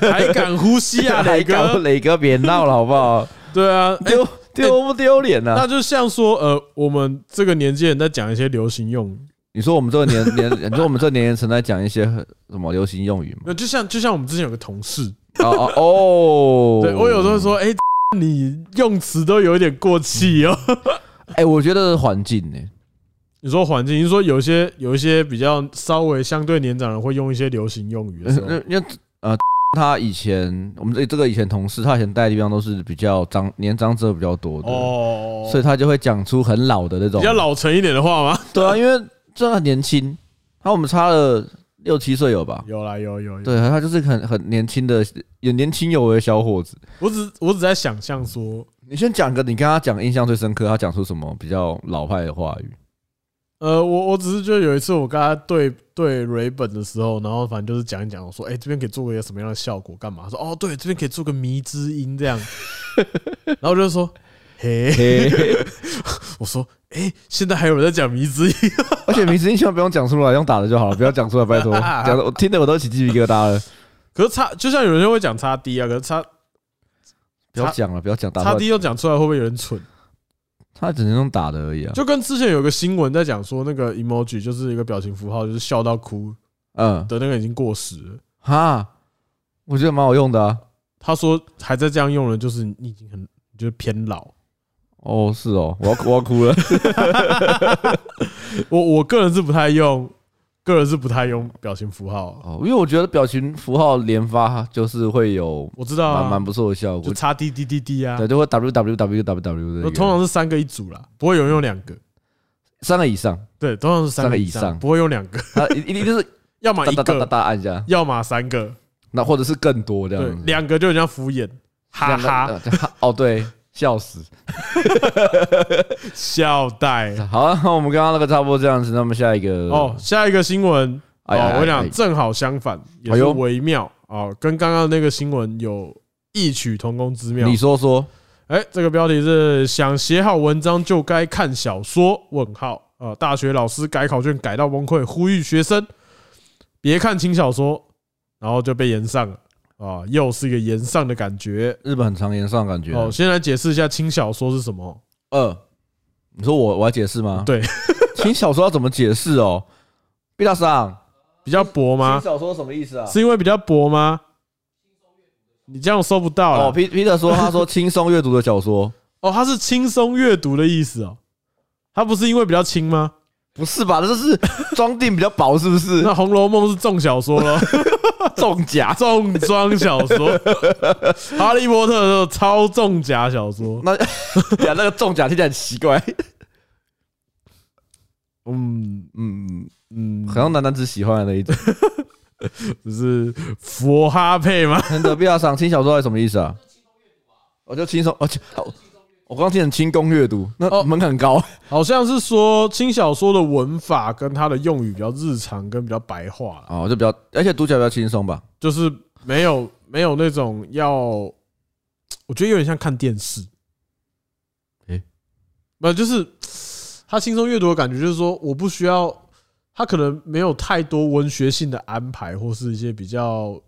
Speaker 1: 还敢呼吸 啊，磊
Speaker 2: 搞
Speaker 1: 哥？
Speaker 2: 磊哥别闹了好不好？
Speaker 1: 对 啊， 哎，
Speaker 2: 丢丢不丢脸啊呐
Speaker 1: 那？就像说，呃，我们这个年纪人在讲一些流行用语，
Speaker 2: 你说我们这个年年， 你说我们这个年龄层在讲一些什么流行用语 吗？
Speaker 1: 那就像就像我们之前有个同事，
Speaker 2: 哦哦哦！
Speaker 1: 对我有时候，说，哎， 你用词都有一点过气 哦。
Speaker 2: 哎，我觉得环境呢，
Speaker 1: 你说环境，你说有一些有一些比较稍微相对年长人会用一些流行用语的时候， 哦
Speaker 2: 因为呃，他以前我们这这个以前同事，他以前待的地方都是比较长年长者比较多的，
Speaker 1: 哦，
Speaker 2: 所以他就会讲出很老的那种
Speaker 1: 比较老成一点的话吗？
Speaker 2: 对啊，因为真的很年轻，然后我们差了六七岁有吧？
Speaker 1: 有啦，有有有。
Speaker 2: 对，他就是很很年轻的，也年轻有为的小伙子。
Speaker 1: 我只我只在想象说，
Speaker 2: 你先讲个你跟他讲印象最深刻，他讲出什么比较老派的话 语？
Speaker 1: 呃，我我只是觉得有一次我跟他对对蕊本的时候，然后反正就是讲一讲，我说哎、这边可以做个什么样的效果，干嘛？他说哦，对，这边可以做个迷之音 这样，然后我就说嘿，
Speaker 2: 嘿
Speaker 1: 我说哎、现在还有人在讲迷之音，
Speaker 2: 而且名字你千万不用讲出来，用打的就好了，不要讲出 来，拜托。讲的我听得我都起鸡皮疙瘩了。
Speaker 1: 可是差就像有人会讲差 D 啊，可是差
Speaker 2: 不要讲了，不要讲打出
Speaker 1: 差
Speaker 2: 来
Speaker 1: D 又讲出来会不会有人蠢？
Speaker 2: 他只能用打的而已啊。
Speaker 1: 就跟之前有个新闻在讲说，那个 emoji 就是一个表情符号，就是笑到哭
Speaker 2: 嗯，
Speaker 1: 的那个已经过时了。
Speaker 2: 哈，我觉得蛮好用的啊。
Speaker 1: 他说还在这样用了，就是你已经很你就是偏老。
Speaker 2: 哦，是哦，我要我要哭了。
Speaker 1: 我我个人是不太用，个人是不太用表情符号啊、
Speaker 2: 哦，因为我觉得表情符号连发就是会有
Speaker 1: 我知道
Speaker 2: 蛮
Speaker 1: 啊
Speaker 2: 蛮，不错的效
Speaker 1: 就
Speaker 2: 果，
Speaker 1: 差 D D D D 啊
Speaker 2: 对，，就会 W W W W W 的
Speaker 1: 我
Speaker 2: 一
Speaker 1: 通
Speaker 2: 个，
Speaker 1: 常是三个一组啦，不会有人用两个。
Speaker 2: 三个以上，
Speaker 1: 对，通常是
Speaker 2: 三
Speaker 1: 三
Speaker 2: 个
Speaker 1: 个
Speaker 2: 以
Speaker 1: 以上，
Speaker 2: 上
Speaker 1: 不会用两个，
Speaker 2: 他一一定 就是
Speaker 1: 要么
Speaker 2: 哒
Speaker 1: 一
Speaker 2: 哒哒哒
Speaker 1: 个，
Speaker 2: 哒按一下，
Speaker 1: 要么三个，
Speaker 2: 那或者是更多这
Speaker 1: 对
Speaker 2: 样，子。
Speaker 1: 两个就人家敷衍，哈哈，
Speaker 2: 呃哈哦对，笑死。
Speaker 1: 笑带。
Speaker 2: 好啊，那我们刚刚那个差不多这样子，那我们下一个
Speaker 1: 哦，，下一个新闻
Speaker 2: 呃哎
Speaker 1: 哦，
Speaker 2: 呀
Speaker 1: 我
Speaker 2: 哎
Speaker 1: 讲正好相反，也
Speaker 2: 哎
Speaker 1: 是
Speaker 2: 呦
Speaker 1: 微妙哦，跟刚刚那个新闻有异曲同工之妙
Speaker 2: 你。说说，
Speaker 1: 哎，这个标题是“想写好文章就该看小说”？问号啊、呃！大学老师改考卷改到崩溃，呼吁学生别看轻小说，然后就被延上了啊、又是一个延上的感觉。
Speaker 2: 日本很常言上感觉
Speaker 1: 哦，先来解释一下轻小说是什么。
Speaker 2: 二，你说我我要解释吗？
Speaker 1: 对，
Speaker 2: 轻小说要怎么解释哦？毕大上，
Speaker 1: 比较薄吗？
Speaker 2: 小说什么意思 啊
Speaker 1: 是因为比较薄吗？你这样搜不到了。
Speaker 2: 哦，P Peter 说，他说轻松阅读的小说，
Speaker 1: 哦，它是轻松阅读的意思哦。它不是因为比较轻吗？
Speaker 2: 不是吧？这是装订比较薄，是不是
Speaker 1: 那？《红楼梦》是重小说 喽。
Speaker 2: 中甲，
Speaker 1: 重装小 说，《哈利波特》的超重甲小说。
Speaker 2: 那呀，那个中甲听起来很奇怪，
Speaker 1: 嗯
Speaker 2: 嗯，
Speaker 1: 嗯，
Speaker 2: 好像男男子喜欢的那一种。
Speaker 1: 只是佛哈配吗？
Speaker 2: 难得毕大上，轻小说是什么意思啊？我就轻松，而且我刚听成轻功阅读，那
Speaker 1: 哦
Speaker 2: 门槛很高。
Speaker 1: 好像是说轻小说的文法跟它的用语比较日常，跟比较白话啦，
Speaker 2: 哦，就比较，而且读起来比较轻松吧。
Speaker 1: 就是没有没有那种要，我觉得有点像看电视。
Speaker 2: 诶
Speaker 1: 不就是他轻松阅读的感觉，就是说我不需要，他可能没有太多文学性的安排，或是一些比较，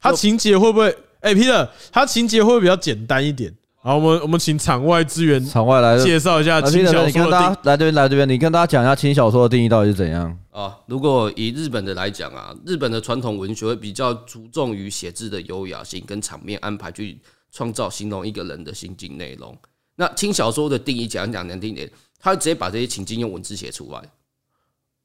Speaker 1: 他情节会不会？哎，Peter，他情节会不会比较简单一点？好，我们我们请场外资源
Speaker 2: 场外来的
Speaker 1: 介绍一下
Speaker 2: 啊
Speaker 1: 轻小
Speaker 2: 你跟
Speaker 1: 说
Speaker 2: 大
Speaker 1: 的定
Speaker 2: 家来这边来这边，你跟大家讲一下轻小说的定义到底是怎样？
Speaker 3: 啊，如果以日本的来讲啊，日本的传统文学会比较注重于写字的优雅性跟场面安排，去创造形容一个人的心境内容。那轻小说的定义讲讲难听点，他会直接把这些情境用文字写出来。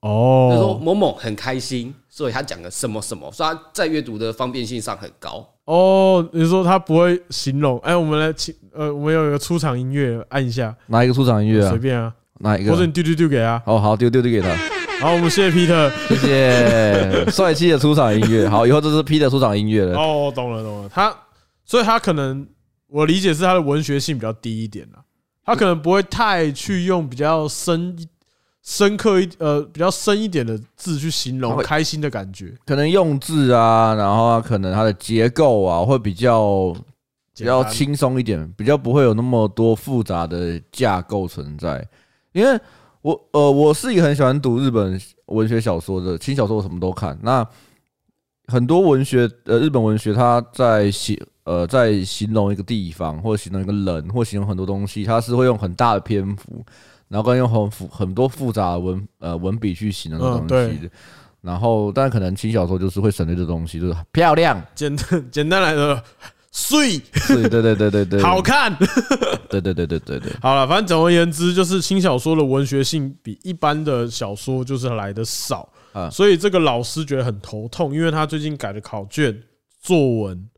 Speaker 3: 他说
Speaker 1: 哦
Speaker 3: 某某很开心，所以他讲了什么什么，所以他在阅读的方便性上很高。
Speaker 1: 哦，你说他不会形容？哎，我们来请呃，我们有一个出场音乐，按一下，
Speaker 2: 哪一个出场音乐啊
Speaker 1: 随？便啊，
Speaker 2: 哪一个
Speaker 1: 或？者你丢丢丢给他。
Speaker 2: 哦，好，丢丢丢给他，
Speaker 1: 好，我们谢谢 Peter。
Speaker 2: 谢 谢。帅气的出场音乐，好，以后这是 P 的出场音乐了。
Speaker 1: 哦，懂了懂了，他所以他可能我理解是他的文学性比较低一点啦，他可能不会太去用比较深深刻一呃比较深一点的字去形
Speaker 2: 他
Speaker 1: 容
Speaker 2: 会
Speaker 1: 开心的感觉，
Speaker 2: 可能用字啊，然后啊可能它的结构啊，会比较比较
Speaker 1: 简单
Speaker 2: 轻松一点，比较不会有那么多复杂的架构存在。因为我呃，我是一个很喜欢读日本文学小说的，轻小说我什么都看。那很多文学呃，日本文学它在写呃，在形容一个地方，或形容一个人，或形容很多东西，它是会用很大的篇幅，然后跟用很复很多复杂的文呃文笔去形容的
Speaker 1: 嗯
Speaker 2: 东西
Speaker 1: 对
Speaker 2: 的。然后，但可能轻小说就是会省略这东西，就是漂亮，
Speaker 1: 简单简单来 的碎
Speaker 2: 是，对对对对对，
Speaker 1: 好，看。
Speaker 2: 对对对对对对，
Speaker 1: 好了，反正总而言之，就是轻小说的文学性比一般的小说就是来的少，
Speaker 2: 嗯
Speaker 1: 所以这个老师觉得很头痛，因为他最近改的考卷、作文，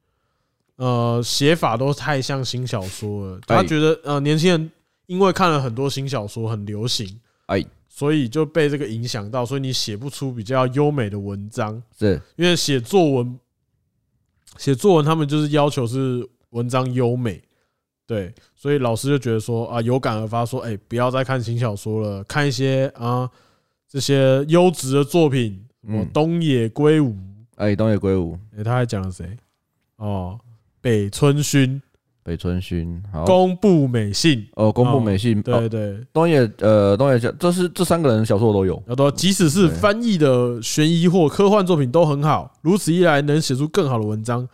Speaker 1: 呃，写法都太像新小说了。
Speaker 2: 哎
Speaker 1: 他觉得呃，年轻人因为看了很多新小说很流行，
Speaker 2: 哎，
Speaker 1: 所以就被这个影响到，所以你写不出比较优美的文章，
Speaker 2: 是
Speaker 1: 因为写作文，写作文他们就是要求是文章优美，对，所以老师就觉得说啊，有感而发说，哎，不要再看轻小说了，看一些啊这些优质的作品，什么
Speaker 2: 嗯
Speaker 1: 东野圭吾，
Speaker 2: 哎，东野圭吾、
Speaker 1: 哎，他还讲了谁？哦，北村薰、
Speaker 2: 北村薰，好
Speaker 1: 宫部美幸，
Speaker 2: 哦，宫部美幸，哦
Speaker 1: 对对，
Speaker 2: 东野呃东野小，这是这三个人的小说我都有，
Speaker 1: 要多，即使是
Speaker 2: 对
Speaker 1: 翻译的悬疑或科幻作品都很好，如此一来能写出更好的文章。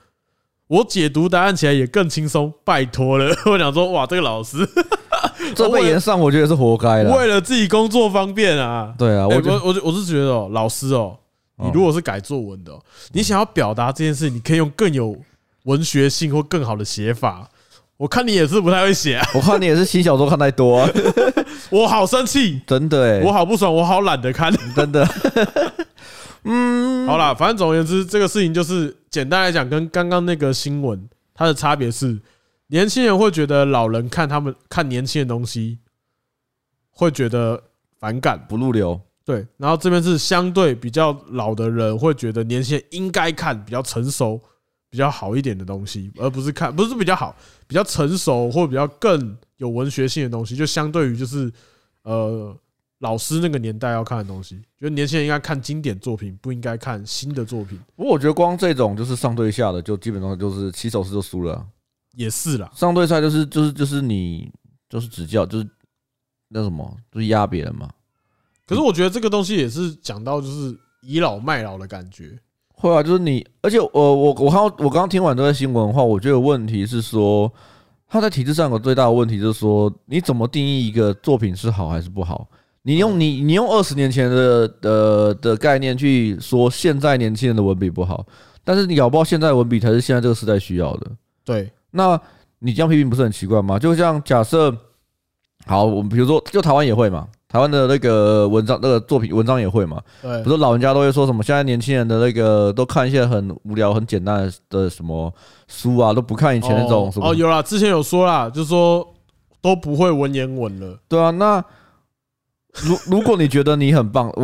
Speaker 1: 我解读答案起来也更轻松，拜托了。 我想说，哇，这个老师
Speaker 2: 这被延上我觉得是活该了。
Speaker 1: 为了自己工作方便啊。
Speaker 2: 对啊，
Speaker 1: 哎
Speaker 2: 我
Speaker 1: 我
Speaker 2: 觉得
Speaker 1: 我我我是觉得哦，老师哦，你
Speaker 2: 哦
Speaker 1: 如果是改作文的哦，你想要表达这件事，你可以用更有文学性或更好的写法。我看你也是不太会写啊，
Speaker 2: 我看你也是新小说看太多、啊，
Speaker 1: 我好生气，
Speaker 2: 真的哎、
Speaker 1: 我好不爽，我好懒得看。
Speaker 2: 真的，
Speaker 1: 好啦，反正总而言之，这个事情就是简单来讲，跟刚刚那个新闻它的差别是，年轻人会觉得老人看他们看年轻的东西，会觉得反感，
Speaker 2: 不入流。
Speaker 1: 对。然后这边是相对比较老的人会觉得年轻人应该看比较成熟、比较好一点的东西，而不是看不是比较好，比较成熟或比较更有文学性的东西，就相对于就是呃。老师那个年代要看的东西，觉得年轻人应该看经典作品，不应该看新的作品。
Speaker 2: 不过我觉得光这种就是上对下的，就基本上就是起手式就输了啊、
Speaker 1: 也是啦，
Speaker 2: 上对下就是就是就是你就是指教就是那什么就是压别人嘛。
Speaker 1: 可是我觉得这个东西也是讲到就是倚老卖老的感觉。
Speaker 2: 会啊，就是你，而且我我我看到我刚刚听完这个新闻的话，我觉得问题是说他在体制上有最大的问题，就是说你怎么定义一个作品是好还是不好？你用你你用二十年前的的的概念去说现在年轻人的文笔不好，但是你搞不好现在的文笔才是现在这个时代需要的。
Speaker 1: 对，
Speaker 2: 那你这样批评不是很奇怪吗？就像假设，好，我们比如说，就台湾也会嘛，台湾的那个文章、那个作品、文章也会嘛。
Speaker 1: 对
Speaker 2: 不，是老人家都会说什么？现在年轻人的那个都看一些很无聊、很简单的的什么书啊，都不看以前那种什
Speaker 1: 哦，
Speaker 2: 么
Speaker 1: 哦。有啦，之前有说啦，就说都不会文言文了。
Speaker 2: 对啊，那如如果你觉得你很棒，我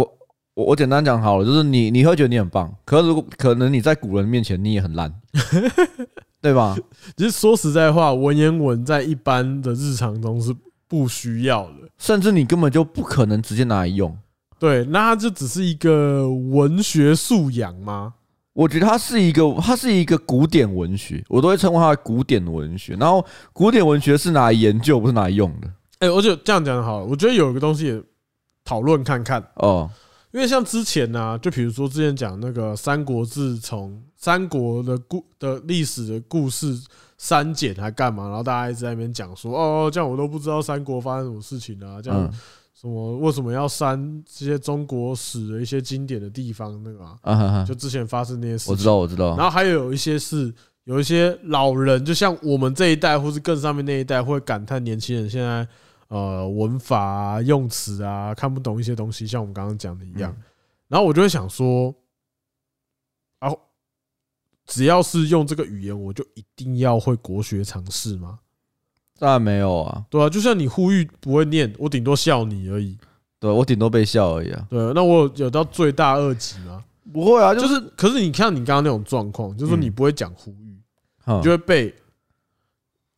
Speaker 2: 我我简单讲好了，就是你你会觉得你很棒，可是如果可能你在古人面前你也 很烂，对吧？
Speaker 1: 其实说实在话，文言文在一般的日常中是不需要的。
Speaker 2: 甚至你根本就不可能直接拿来用。
Speaker 1: 对，那它就只是一个文学素养吗？
Speaker 2: 我觉得它是一个，它是一个古典文学，我都会称呼它为古典文学。然后，古典文学是拿来研究，不是拿来用的。
Speaker 1: 哎、而且这样讲好了，我觉得有一个东西也讨论看看。
Speaker 2: 哦，
Speaker 1: 因为像之前呢、就比如说之前讲那个《三国志》，从三国的故的历史的故事删减还干嘛，然后大家一直在那边讲说，哦，这样我都不知道三国发生什么事情啊，这样
Speaker 2: 嗯
Speaker 1: 什么为什么要删这些中国史的一些经典的地方那个啊，
Speaker 2: 啊哈哈
Speaker 1: 就，之前发生那些事
Speaker 2: 我知
Speaker 1: 情，
Speaker 2: 道，我知道
Speaker 1: 然。后还有一些是。有一些老人，就像我们这一代，或是更上面那一代，会感叹年轻人现在呃文法啊、用词啊看不懂一些东西，像我们刚刚讲的一样。
Speaker 2: 嗯
Speaker 1: 然后我就会想说，啊，只要是用这个语言，我就一定要会国学常识吗？
Speaker 2: 当然没有啊，
Speaker 1: 对啊，就像你呼吁不会念，我顶多笑你而已。
Speaker 2: 对我顶多被笑而已啊。
Speaker 1: 对啊，那我有有到罪大恶极吗？
Speaker 2: 不会啊，
Speaker 1: 就是，可是你看你刚刚那种状况，
Speaker 2: 嗯
Speaker 1: 就是说你不会讲呼吁，
Speaker 2: 好
Speaker 1: 你就会被。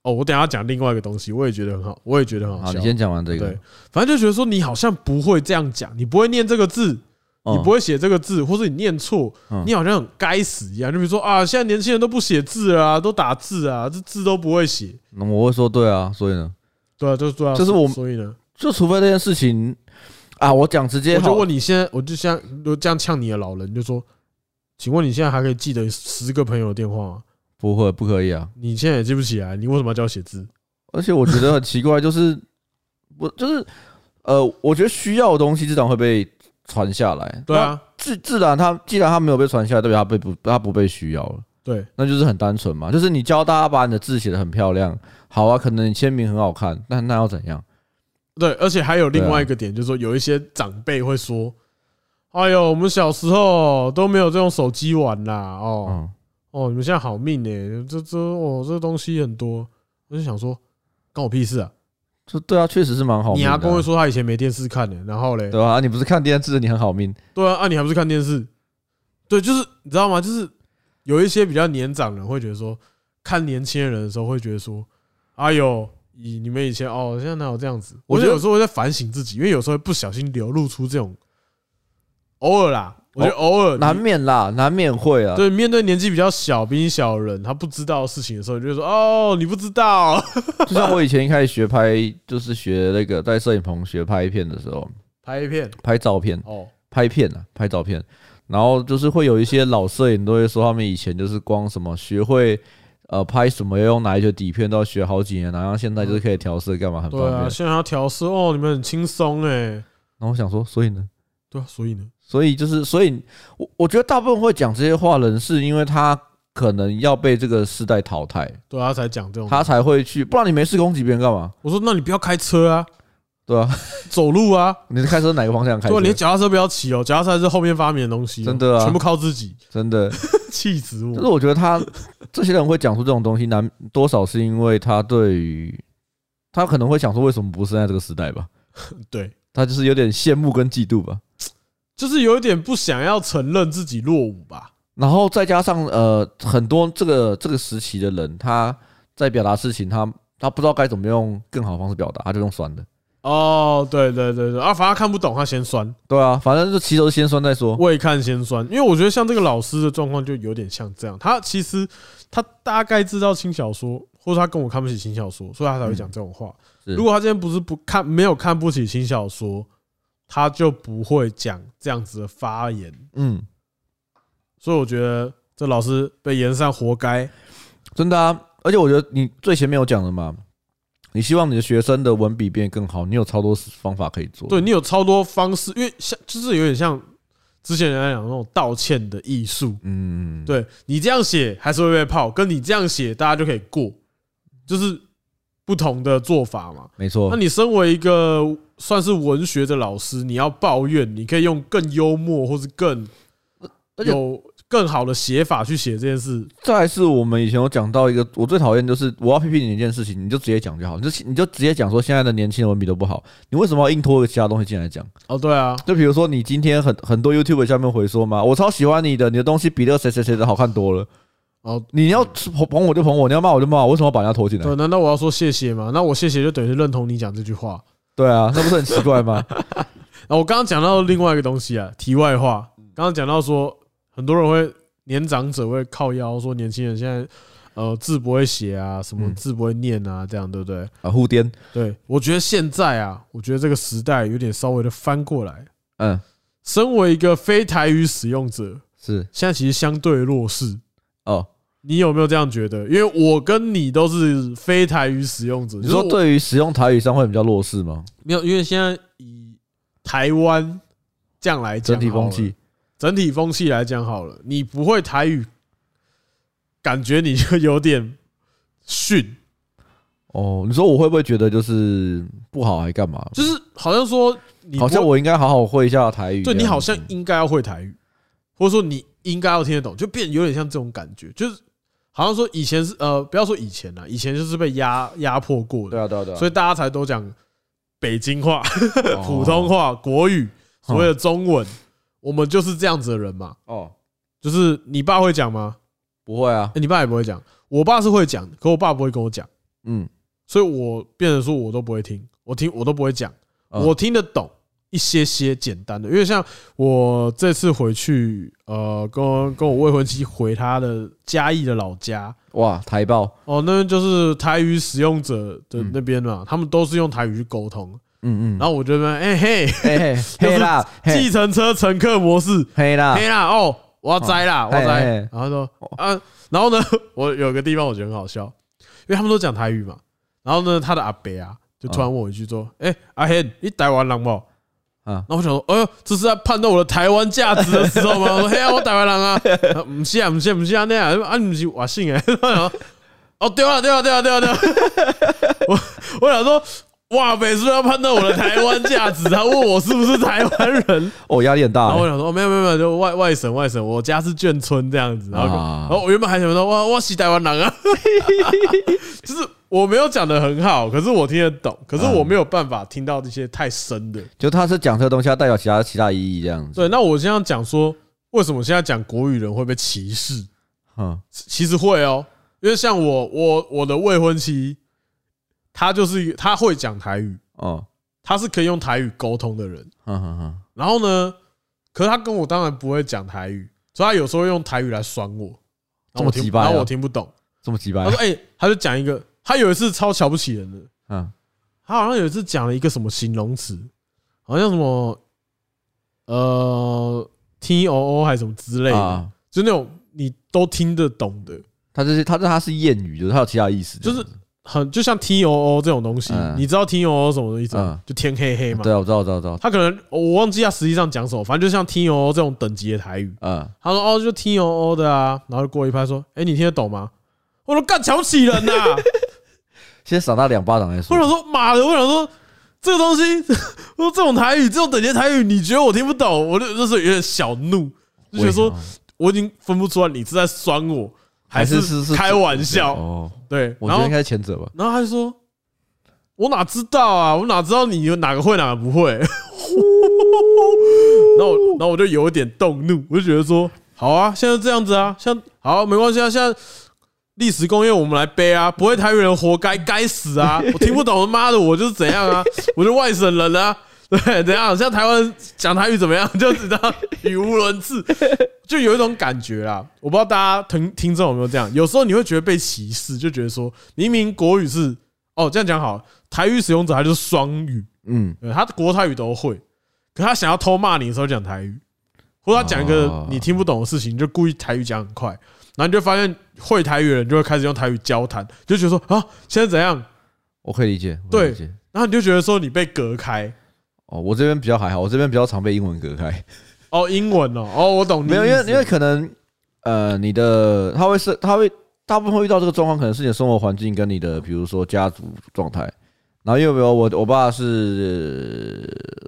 Speaker 1: 哦，我等一下讲另外一个东西，我也觉得很好，我也觉得很好
Speaker 2: 好，
Speaker 1: 笑
Speaker 2: 你。先讲完这个
Speaker 1: 对。，反正就觉得说你好像不会这样讲，你不会念这个字，你
Speaker 2: 嗯
Speaker 1: 不会写这个字，或者你念错
Speaker 2: 嗯，
Speaker 1: 你好像很该死一样。就比如说啊，现在年轻人都不写字了啊，都打字啊，这字都不会写。
Speaker 2: 那我会说对啊，所以呢，
Speaker 1: 对啊，就是对啊，
Speaker 2: 这是我
Speaker 1: 所以呢，
Speaker 2: 就除非这件事情啊，我讲直接
Speaker 1: 我
Speaker 2: 好
Speaker 1: 就问你现在，我就像就这样呛你的老人，就说，请问你现在还可以记得十个朋友的电话吗？
Speaker 2: 不会，不可以啊。
Speaker 1: 你现在也记不起来，你为什么要教我写字？
Speaker 2: 而且我觉得很奇怪，就是 我就是呃，我觉得需要的东西自然会被传下来。
Speaker 1: 对啊，
Speaker 2: 那，自自然它既然它没有被传下来，代表它被不它不被需要了。
Speaker 1: 对
Speaker 2: 那就是很单纯嘛，就是你教大家把你的字写得很漂亮，好啊，可能你签名很好看，那那要怎样？
Speaker 1: 对，而且还有另
Speaker 2: 啊
Speaker 1: 外一个点，就是说有一些长辈会说，哎呦，我们小时候都没有这种手机玩啦，哦，
Speaker 2: 嗯，
Speaker 1: 哦，你们现在欸好命呢、这这哦，这东西很多。我就想说，关我屁事啊！
Speaker 2: 就对啊，确实是蛮好
Speaker 1: 你
Speaker 2: 命的啊。
Speaker 1: 阿公会说他以前没电视看的，欸然后嘞，
Speaker 2: 对啊，啊你不是看电视，你很好命。
Speaker 1: 对啊，啊，你还不是看电视？对，就是你知道吗？就是有一些比较年长的人会觉得说，看年轻人的时候会觉得说，哎呦，以你们以前哦，现在哪有这样子？
Speaker 2: 我
Speaker 1: 我
Speaker 2: 觉
Speaker 1: 觉
Speaker 2: 得
Speaker 1: 得有时候会在反省自己，因为有时候会不小心流露出这种，偶尔啦，我觉得偶尔
Speaker 2: 哦难
Speaker 1: 你
Speaker 2: 免啦，难免会啊。
Speaker 1: 对面对年纪比较小、比你小的人，他不知道的事情的时候，你就会说哦，你不知道
Speaker 2: 就像我以前一开始学拍，就是学那个在摄影棚学拍片的时候，
Speaker 1: 拍一片
Speaker 2: 拍照片、
Speaker 1: 哦，
Speaker 2: 拍片啊，拍照片。然后就是会有一些老摄影都会说，他们以前就是光什么学会呃拍什么要用哪一些底片都要学好几年，然后现在就是可以调色干嘛很方
Speaker 1: 对
Speaker 2: 便。
Speaker 1: 啊，现在要调色哦，你们很轻松哎，
Speaker 2: 然后我想说，所以呢，
Speaker 1: 对啊，所以呢，
Speaker 2: 所以就是，所以我我觉得大部分会讲这些话的人，是因为他可能要被这个世代淘汰，
Speaker 1: 对啊，他才讲这种。
Speaker 2: 他才会去，不然你没事攻击别人干嘛？
Speaker 1: 我说那你不要开车啊，
Speaker 2: 对吧、
Speaker 1: 走路啊，
Speaker 2: 你是开车哪个方向开
Speaker 1: 对啊，你
Speaker 2: 车？
Speaker 1: 脚踏车不要骑哦，脚踏车还是后面发明的东西哦，
Speaker 2: 真的啊
Speaker 1: 全部靠自己，
Speaker 2: 真的，
Speaker 1: 气死
Speaker 2: 就是
Speaker 1: 我！
Speaker 2: 我觉得他这些人会讲出这种东西，难多少是因为他对于他可能会想说，为什么不是在这个时代吧？
Speaker 1: 对，
Speaker 2: 他就是有点羡慕跟嫉妒吧。
Speaker 1: 就是有一点不想要承认自己落伍吧。
Speaker 2: 然后再加上呃，很多这个这个时期的人，他在表达事情，他他不知道该怎么用更好的方式表达，他就用酸的。
Speaker 1: 哦，对对对对，啊，反正他看不懂，他先酸，
Speaker 2: 对啊，反正就骑头先酸再说。
Speaker 1: 未看先酸。因为我觉得像这个老师的状况就有点像这样，他其实他大概知道轻小说，或者他跟我看不起轻小说，所以他才会讲这种话。
Speaker 2: 嗯是
Speaker 1: 如果他今天不是不看，没有看不起轻小说，他就不会讲这样子的发言。
Speaker 2: 嗯，
Speaker 1: 所以我觉得这老师被延上活该。
Speaker 2: 真的啊。而且我觉得你最前面有讲的嘛，你希望你的学生的文笔变得更好，你有超多方法可以做。
Speaker 1: 对你有超多方式，因为像就是有点像之前人家讲的那种道歉的艺术。
Speaker 2: 嗯，
Speaker 1: 对你这样写还是会被泡，跟你这样写大家就可以过，就是不同的做法嘛。
Speaker 2: 没
Speaker 1: 那
Speaker 2: 错，
Speaker 1: 你身为一个算是文学的老师，你要抱怨，你可以用更幽默或是更
Speaker 2: 而且
Speaker 1: 有更好的写法去写这件事。
Speaker 2: 再来是我们以前有讲到一个，我最讨厌就是我要批评你一件事情，你就直接讲就好，你就你就直接讲说现在的年轻人文笔都不好，你为什么要硬拖个其他东西进来讲？
Speaker 1: 哦，对啊，
Speaker 2: 就比如说你今天很很多 YouTube 下面回说嘛，我超喜欢你的，你的东西比那个谁谁谁的好看多了。
Speaker 1: 哦，
Speaker 2: 你要捧我就捧我，你要骂我就骂我，为什么要把人家拖进来？
Speaker 1: 对，难道我要说谢谢吗？那我谢谢就等于是认同你讲这句话。
Speaker 2: 对啊，那不是很奇怪吗？
Speaker 1: 啊，我刚刚讲到另外一个东
Speaker 2: 嗯
Speaker 1: 西啊，题外话，刚刚讲到说，很多人会年长者会靠腰说年轻人现在呃字不会写啊，什么
Speaker 2: 嗯
Speaker 1: 字不会念啊，这样对不对？
Speaker 2: 啊，互颠，
Speaker 1: 对，我觉得现在啊，我觉得这个时代有点稍微的翻过来。
Speaker 2: 嗯，
Speaker 1: 身为一个非台语使用者，
Speaker 2: 是
Speaker 1: 现在其实相对弱势。
Speaker 2: 哦。
Speaker 1: 你有没有这样觉得？因为我跟你都是非台语使用者，
Speaker 2: 你
Speaker 1: 就
Speaker 2: 说
Speaker 1: 是我
Speaker 2: 对于使用台语上会比较弱势吗？
Speaker 1: 没有？因为现在以台湾这样来讲，
Speaker 2: 整体风气，
Speaker 1: 整体风气来讲好了，你不会台语，感觉你就有点 逊，
Speaker 2: 哦，你说我会不会觉得就是不好还干嘛？
Speaker 1: 就是好像说你不
Speaker 2: 好像我应该好好会一下台语这
Speaker 1: 对
Speaker 2: 样子。嗯
Speaker 1: 你好像应该要会台语，或者说你应该要听得懂，就变有点像这种感觉，就是好像说以前是呃，不要说以前啦，以前就是被压压迫过
Speaker 2: 对
Speaker 1: 的，
Speaker 2: 啊对啊对哦啊，
Speaker 1: 所以大家才都讲北京话、 普通话、国语，所谓的中文，我们就是这样子的人嘛。
Speaker 2: 哦
Speaker 1: 就是你爸会讲吗？
Speaker 2: 不会啊
Speaker 1: 欸，你爸也不会讲，我爸是会讲，可我爸不会跟我讲，
Speaker 2: 嗯
Speaker 1: 所以我变成说我都不会听，我听我都不会讲，
Speaker 2: 嗯
Speaker 1: 我听得懂一些些简单的，因为像我这次回去，呃，跟我跟我未婚妻回她的嘉义的老家，
Speaker 2: 哇台报
Speaker 1: 哦，那边就是台语使用者的那边嘛，他们都是用台语去沟通，
Speaker 2: 嗯 嗯嗯，
Speaker 1: 然后我就问，哎嘿，
Speaker 2: 嘿嘿嘿啦嘿
Speaker 1: 计程车乘客模式，
Speaker 2: 嘿啦
Speaker 1: 黑啦哦，我要摘啦，
Speaker 2: 啊哦
Speaker 1: 我要摘
Speaker 2: 嘿嘿。
Speaker 1: 然后他说啊，然后呢， 我有个地方我觉得很好笑，因为他们都讲台语嘛。然后呢，他的阿伯啊，就突然问我一句
Speaker 2: 哦
Speaker 1: 说：“哎，阿黑，你台湾人不？”
Speaker 2: 嗯
Speaker 1: 啊，然后我想说，哎呦，这是在判断我的台湾价值的时 候吗？我说，嘿啊，我台湾人啊，啊不是啊，不是啊，不是啊，那样啊，啊，你不是我姓哎，我想说 哦，对啊，对啊，对啊，对啊，对 啊，我我想说，哇，北叔要判断我的台湾价值，他问我是不是台湾人，
Speaker 2: 哦压力很大
Speaker 1: 然后我
Speaker 2: 欸
Speaker 1: 想说，哦，没有没有没有，就外外省外省，我家是眷村这样子。然后就，
Speaker 2: 啊
Speaker 1: 然后我原本还想说，哇，我是台湾人啊，就是我没有讲的很好，可是我听得懂，可是我没有办法听到这些太深的。
Speaker 2: 就他是讲这个东西，它代表其他其他意义这样子。
Speaker 1: 对，那我现在讲说，为什么现在讲国语人会被歧视？
Speaker 2: 嗯，
Speaker 1: 其实会哦，因为像我，我我的未婚妻，她就是她会讲台语，
Speaker 2: 哦，
Speaker 1: 她是可以用台语沟通的人。
Speaker 2: 嗯嗯嗯，
Speaker 1: 然后呢，可是她跟我当然不会讲台语，所以她有时候会用台语来酸我，然后我
Speaker 2: 这么鸡
Speaker 1: 听，
Speaker 2: 掰啊
Speaker 1: 然后我听不懂。
Speaker 2: 这么几
Speaker 1: 她
Speaker 2: 百
Speaker 1: 说：“，哎、她就讲一个，她有一次超瞧不起人的，
Speaker 2: 嗯，
Speaker 1: 她好像有一次讲了一个什么形容词，好像什么呃 T O O 还是什么之类的，
Speaker 2: 啊，嗯
Speaker 1: 就那种你都听得懂的。”
Speaker 2: 他这是他这他是谚语，就是他有其他意思，
Speaker 1: 就是很就像 T O O 这种东西，
Speaker 2: 嗯
Speaker 1: 你知道 T O O 什么意思吗
Speaker 2: 嗯？
Speaker 1: 就天黑黑嘛。
Speaker 2: 对啊，我知道，我知道，我知道，
Speaker 1: 他可能我忘记他实际上讲什么，反正就像 T O O 这种等级的台语。
Speaker 2: 嗯，
Speaker 1: 他说：“哦，就 T O O 的啊。”然后就过一拍说：“哎，你听得懂吗？”我说：“干，瞧不起人呐、
Speaker 2: 先赏他两巴掌再
Speaker 1: 我
Speaker 2: 说。
Speaker 1: 想说：“妈的！”我想说这个东西， 我说这种台语，这种等级的台语，你觉得我听不懂？我就就是有点小怒，就觉得说
Speaker 2: 为什么
Speaker 1: 我已经分不出来你是在酸我还
Speaker 2: 还是是
Speaker 1: 是开玩笑。
Speaker 2: 哦，”
Speaker 1: 对，
Speaker 2: 我
Speaker 1: 然
Speaker 2: 觉
Speaker 1: 后
Speaker 2: 得应该前者吧。
Speaker 1: 然后他就说：“我哪知道啊？我哪知道你有哪个会，哪个不会？” 然后我，然后我就有点动怒，我就觉得说：“好啊，现在这样子啊，像好没关系啊，现在历史工业我们来背啊，不会台语人活该该死啊！我听不懂，妈的，我就是怎样啊，我就外省人啊。”对，怎样？像台湾讲台语怎么样？就知道语无伦次，就有一种感觉啦。我不知道大家听听众有没有这样，有时候你会觉得被歧视，就觉得说明明国语是哦，这样讲好了，台语使用者他就是双语，
Speaker 2: 嗯，
Speaker 1: 呃他国台语都会，可他想要偷骂你的时候讲台语，或者他讲一个
Speaker 2: 哦
Speaker 1: 你听不懂的事情，你就故意台语讲很快，然后你就发现会台语的人就会开始用台语交谈，就觉得说啊，现在怎样？
Speaker 2: 我可以理解，我可以
Speaker 1: 对
Speaker 2: 理解。
Speaker 1: 然后你就觉得说你被隔开。
Speaker 2: 哦，我这边比较还好，我这边比较常被英文隔开。
Speaker 1: 哦，英文哦，哦，我懂你的
Speaker 2: 没有，
Speaker 1: 意
Speaker 2: 因为
Speaker 1: 思，
Speaker 2: 因为可能呃，你的他会是他会大部分会遇到这个状况，可能是你的生活环境跟你的比如说家族状态。然后因为比如我我爸是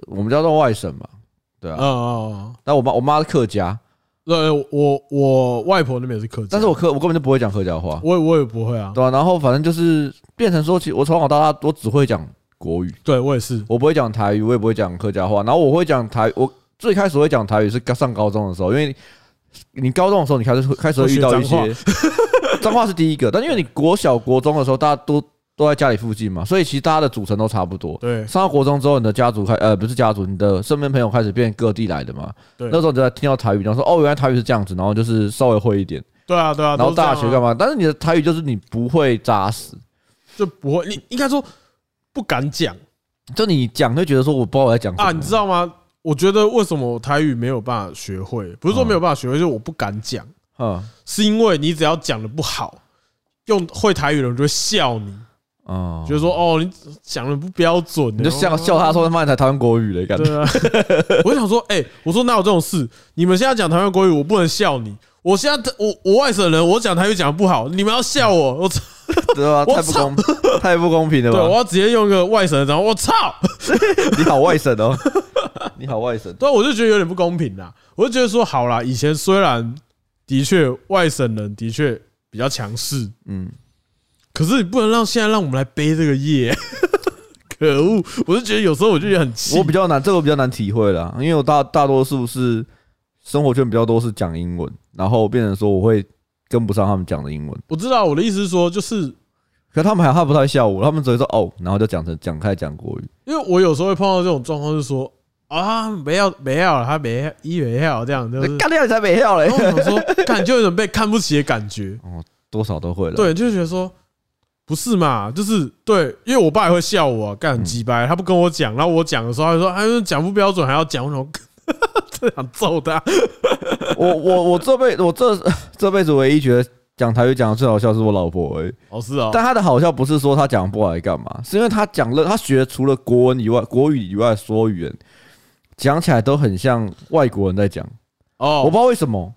Speaker 2: 我们叫做外省嘛，对
Speaker 1: 嗯
Speaker 2: 啊，
Speaker 1: 嗯嗯
Speaker 2: 但我妈我妈是客家，
Speaker 1: 对，我我外婆那边也是客家，
Speaker 2: 但是我客我根本就不会讲客家话，
Speaker 1: 我也我也不会啊，
Speaker 2: 对啊，然后反正就是变成说，其实我从小到大我只会讲国语，
Speaker 1: 对我也是，
Speaker 2: 我不会讲台语，我也不会讲客家话。然后我会讲台，我最开始会讲台语是刚上高中的时候，因为你高中的时候你开始会开始会遇到一
Speaker 1: 会
Speaker 2: 些脏话是第一个，但因为你国小国中的时候大家都都在家里附近嘛，所以其实大家的组成都差不多。
Speaker 1: 对
Speaker 2: 上到国中之后，你的家族开呃不是家族，你的身边朋友开始变各地来的嘛。
Speaker 1: 对
Speaker 2: 那时候你就在听到台语，然后说哦原来台语是这样子，然后就是稍微会一点，
Speaker 1: 对啊对啊，
Speaker 2: 然后
Speaker 1: 都是这样
Speaker 2: 大
Speaker 1: 啊
Speaker 2: 学干嘛？但是你的台语就是你不会扎实，
Speaker 1: 就不会，你应该说不敢讲
Speaker 2: 就你讲会觉得说我不知道我在讲什么
Speaker 1: 啊，你知道吗？我觉得为什么我台语没有办法学会，不是说没有办法学会，就是我不敢讲，
Speaker 2: 嗯
Speaker 1: 是因为你只要讲的不好，用会台语的人就会笑你，
Speaker 2: 嗯，
Speaker 1: 就是说哦你讲的不标准，欸
Speaker 2: 你就笑笑他说他妈你才台湾国语嘞，感觉
Speaker 1: 对啊，我想说，哎、我说哪有这种事？你们现在讲台湾国语，我不能笑你。我现在我我外省人，我讲台语讲得不好，你们要笑我，我操！
Speaker 2: 对吧？
Speaker 1: 我
Speaker 2: 太不公，太不公平了
Speaker 1: 对，我
Speaker 2: 吧？
Speaker 1: 要直接用一个外省人讲，我操！
Speaker 2: 你好外省哦，你好 外省，
Speaker 1: 对，啊我就觉得有点不公平啦。我就觉得说，好啦，以前虽然的确外省人的确比较强势，
Speaker 2: 嗯，
Speaker 1: 可是你不能让现在让我们来背这个业， 可恶！我就觉得有时候我就觉得很气，
Speaker 2: 我比较难，这个我比较难体会啦，因为我大大多数是生活圈比较多是讲英文，然后变成说我会跟不上他们讲的英文，
Speaker 1: 我知道我的意思是说，就是
Speaker 2: 可他们还他不太笑我，他们只会说哦，然后就讲成讲开始讲国语，
Speaker 1: 因为我有时候会碰到这种状况，是说啊，没要没要，他没一没要这样，就是。
Speaker 2: 干掉你才没 笑嘞
Speaker 1: 然，后我想说，感就有种被看不起的感觉，
Speaker 2: 多少都会了，，
Speaker 1: 对，就觉得说不是嘛，就是对，因为我爸也会笑我、啊，干
Speaker 2: 嗯
Speaker 1: 很鸡掰，他不跟我讲，然后我讲的时候，他就说他说讲不标准还要讲，我想 说真想揍他，
Speaker 2: 我我我这辈我这 这辈子唯一觉得讲台语讲的最好笑是我老婆而已。
Speaker 1: 哦是哦，
Speaker 2: 但他的好笑不是说他讲不好来干嘛，是因为他讲了，他学除了国文以外、国语以外的所有语言，讲起来都很像外国人在讲。
Speaker 1: 哦，
Speaker 2: 我不知道为什么，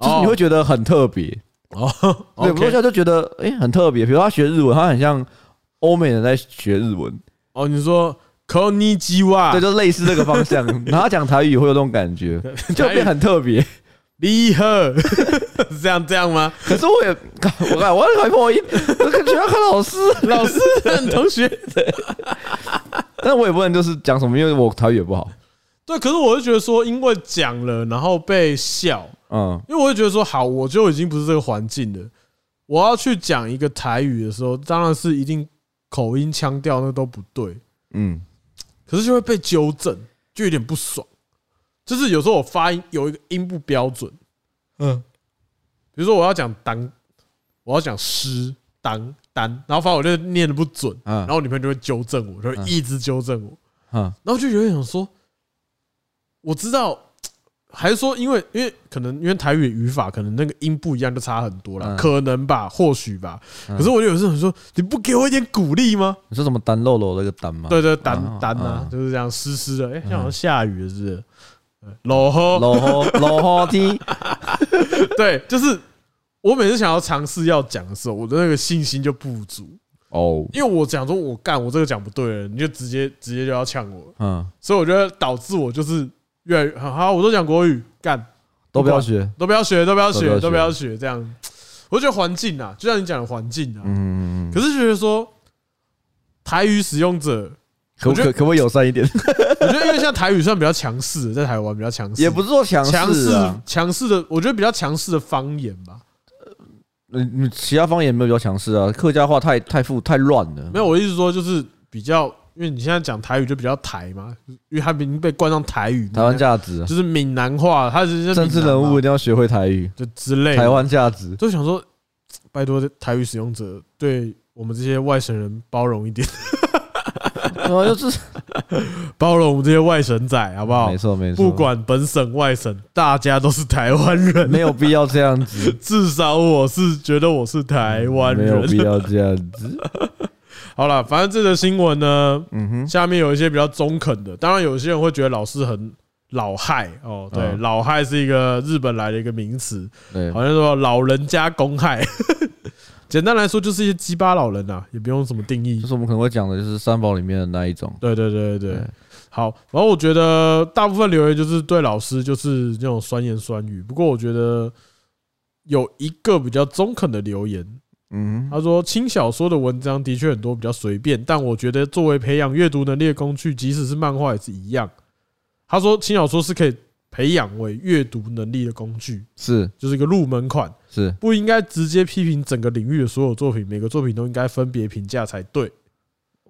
Speaker 2: 就是你会觉得很特别，
Speaker 1: 哦，
Speaker 2: 对，不
Speaker 1: 哦
Speaker 2: 就就觉得诶很特别。比如他学日文，他很像欧美人在学日文，
Speaker 1: 哦，你说 k o n i j i w a
Speaker 2: 对，就类似这个方向。然后他讲台语也会有这种感觉，就变很特别。
Speaker 1: 离合， 是这样这样吗？
Speaker 2: 可是我也，我看我还破音， 我感觉要看老师，
Speaker 1: 老 师、同学，
Speaker 2: 但我也不能就是讲什么，因为我台语也不好。
Speaker 1: 对，可是我就觉得说，因为讲了，然后被笑，
Speaker 2: 嗯，
Speaker 1: 因为我就觉得说，好，我就已经不是这个环境了。我要去讲一个台语的时候，当然是一定口音、腔调那都不对，
Speaker 2: 嗯，
Speaker 1: 可是就会被纠正，就有点不爽。就是有时候我发音有一个音不标准，嗯，比如说我要讲当，我要讲诗当当，然后反正我就念的不准，
Speaker 2: 嗯
Speaker 1: 然后我女朋友就会纠正我，就会一直纠正我，
Speaker 2: 嗯，
Speaker 1: 然后就有点想说，我知道，还是说因为因为可能因为台语的语法可能那个音不一样就差很多了，
Speaker 2: 嗯
Speaker 1: 可能吧，或许吧。
Speaker 2: 嗯
Speaker 1: 可是我就有时候想说，你不给我一点鼓励吗？
Speaker 2: 你说什么单肉肉那个单吗？
Speaker 1: 对对，单
Speaker 2: 嗯
Speaker 1: 单啊，
Speaker 2: 嗯
Speaker 1: 就是这样湿湿的，哎，像好像下雨了似的。老喝，
Speaker 2: 老吼老吼踢，
Speaker 1: 对，就是我每次想要尝试要讲的时候，我的那个信心就不足，
Speaker 2: 哦，
Speaker 1: 因为我讲说我干，我这个讲不对了，你就直接直接就要呛我了，
Speaker 2: 嗯，
Speaker 1: 所以我觉得导致我就是越来越好好，我都讲国语，干
Speaker 2: 都不要学，
Speaker 1: 都不要学，都不要学，都
Speaker 2: 都
Speaker 1: 不
Speaker 2: 不
Speaker 1: 要
Speaker 2: 要
Speaker 1: 学，这样。我觉得环境啊，就像你讲的环境啊，
Speaker 2: 嗯，
Speaker 1: 可是觉得说台语使用者，
Speaker 2: 可
Speaker 1: 我觉
Speaker 2: 可
Speaker 1: 得
Speaker 2: 可不可以友善一点？
Speaker 1: 我觉得因为像台语算比较强势的，在台湾比较强势，
Speaker 2: 也不是说啊强
Speaker 1: 强
Speaker 2: 势啊，
Speaker 1: 强势的，我觉得比较强势的方言吧。
Speaker 2: 嗯，嗯其他方言没有比较强势啊，客家话太太复太乱了
Speaker 1: 没。有，我意思说就是比较，因为你现在讲台语就比较台嘛，因为他已经被冠上台语，
Speaker 2: 台湾价值啊，
Speaker 1: 就是闽南话，他只是
Speaker 2: 政治人物一定要学会台语，
Speaker 1: 就之类的，
Speaker 2: 台湾价值。
Speaker 1: 就想说，拜托台语使用者对我们这些外省人包容一点。
Speaker 2: 对啊，就是
Speaker 1: 包容我们这些外省仔，好不好
Speaker 2: 没？错没错，
Speaker 1: 不管本省外省，大家都是台湾人。
Speaker 2: 没有必要这样子，
Speaker 1: 至少我是觉得我是台湾
Speaker 2: 没有必
Speaker 1: 人。
Speaker 2: 要这样子。
Speaker 1: 好了，反正这则新闻呢，
Speaker 2: 嗯哼，
Speaker 1: 下面有一些比较中肯的，当然有些人会觉得老师很老害哦。对，
Speaker 2: 嗯
Speaker 1: 老害是一个日本来的一个名词，
Speaker 2: 对，
Speaker 1: 好像说老人家公害。 简单来说，就是一些鸡巴老人啊，也不用什么定义
Speaker 2: 就。是我们可能会讲的，就是三宝里面的那一种。
Speaker 1: 对对对对对
Speaker 2: 对，
Speaker 1: 好，然后我觉得大部分留言就是对老师就是那种酸言酸语，不过我觉得有一个比较中肯的留言，
Speaker 2: 嗯哼，
Speaker 1: 他说轻小说的文章的确很多比较随便，但我觉得作为培养阅读能力的工具，即使是漫画也是一样。他说轻小说是可以培养为阅读能力的工具，
Speaker 2: 是
Speaker 1: 就是一个入门款，
Speaker 2: 是，
Speaker 1: 不应该直接批评整个领域的所有作品，每个作品都应该分别评价才对。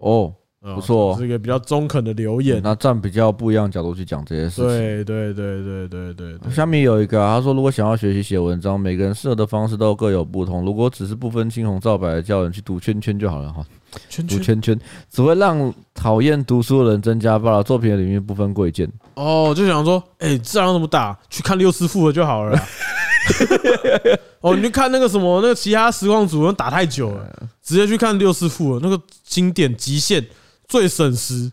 Speaker 2: 哦，
Speaker 1: 啊
Speaker 2: 不错
Speaker 1: 这是一个比较中肯的留言。
Speaker 2: 那站比较不一样的角度去讲这些事情。
Speaker 1: 嗯对对对对对对对，
Speaker 2: 下面有一个、啊，他说如果想要学习写文章，每个人适合的方式都各有不同。如果只是不分青红皂白的叫人去读圈圈就好了哈，
Speaker 1: 圈
Speaker 2: 读
Speaker 1: 圈
Speaker 2: 圈圈只会让讨厌读书的人增加罢了。作品的领域不分贵贱，
Speaker 1: 哦，就想说，哎，这样怎么打？去看六师傅的就好了 啦。哦，你就看那个什么，那个其他实况组打太久
Speaker 2: 嗯
Speaker 1: 了，直接去看六师傅的那个经典极限最省时，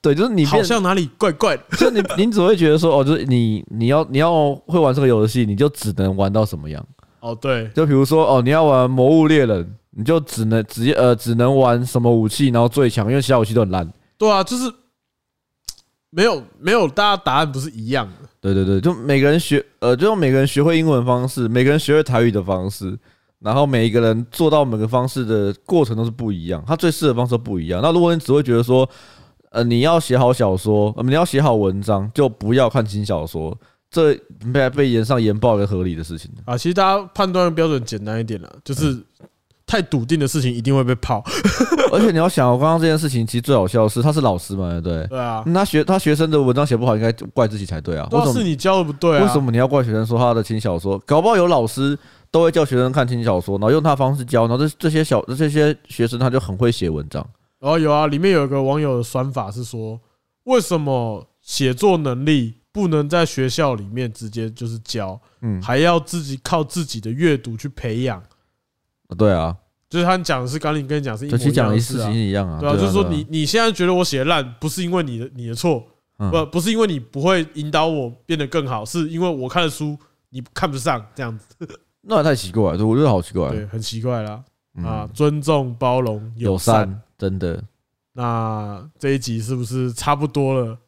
Speaker 2: 对，就是你
Speaker 1: 好
Speaker 2: 变，
Speaker 1: 像哪里怪怪的。
Speaker 2: 就是你，你只会觉得说，哦，就是你你要你要会玩这个游戏，你就只能玩到什么样。
Speaker 1: 哦，对，
Speaker 2: 就比如说，哦，你要玩《魔物猎人》，你就只能只呃只能玩什么武器，然后最强，因为其他武器都很烂。
Speaker 1: 对啊，就是没有没有，大家答案不是一样的。
Speaker 2: 对对对，就每个人学，呃，就每个人学会英文方式，每个人学会台语的方式，然后每一个人做到每个方式的过程都是不一样，他最适合的方式都不一样。那如果你只会觉得说，呃，你要写好小说，呃、你要写好文章，就不要看轻小说，这被被延上延爆一个合理的事情。
Speaker 1: 啊，其实大家判断的标准简单一点了，
Speaker 2: 嗯
Speaker 1: 就是太笃定的事情一定会被泡。
Speaker 2: 而且你要想，我刚刚这件事情其实最好笑的是，他是老师嘛，对不对？
Speaker 1: 对啊，
Speaker 2: 那学他学生的文章写不好，应该怪自己才对啊。
Speaker 1: 都
Speaker 2: 为什
Speaker 1: 是
Speaker 2: 么？
Speaker 1: 你教的不对啊。
Speaker 2: 为什么你要怪学生说他的轻小说？搞不好有老师都会叫学生看轻小说，然后用他的方式教，然后这这些小这些学生他就很会写文章。
Speaker 1: 然后有啊，里面有一个网友的酸法是说，为什么写作能力不能在学校里面直接就是教，
Speaker 2: 嗯，
Speaker 1: 还要自己靠自己的阅读去培养？
Speaker 2: 对啊，
Speaker 1: 就是他讲的是刚才你跟你讲是一
Speaker 2: 就
Speaker 1: 模
Speaker 2: 其实
Speaker 1: 一
Speaker 2: 讲
Speaker 1: 样
Speaker 2: 的
Speaker 1: 的
Speaker 2: 事
Speaker 1: 事啊
Speaker 2: 情，一样啊。
Speaker 1: 对啊，就是说
Speaker 2: 对
Speaker 1: 你你现在觉得我写得烂，不是因为你的你的错，
Speaker 2: 嗯
Speaker 1: 不不是因为你不会引导我变得更好，是因为我看的书你看不上，这样子，
Speaker 2: 那也太奇怪了，我觉得好奇怪。
Speaker 1: 对，很奇怪啦。
Speaker 2: 嗯
Speaker 1: 啊，，尊重、包容、友
Speaker 2: 友
Speaker 1: 善。
Speaker 2: 善真的
Speaker 1: 那这一集是不是差不多了？
Speaker 2: 欸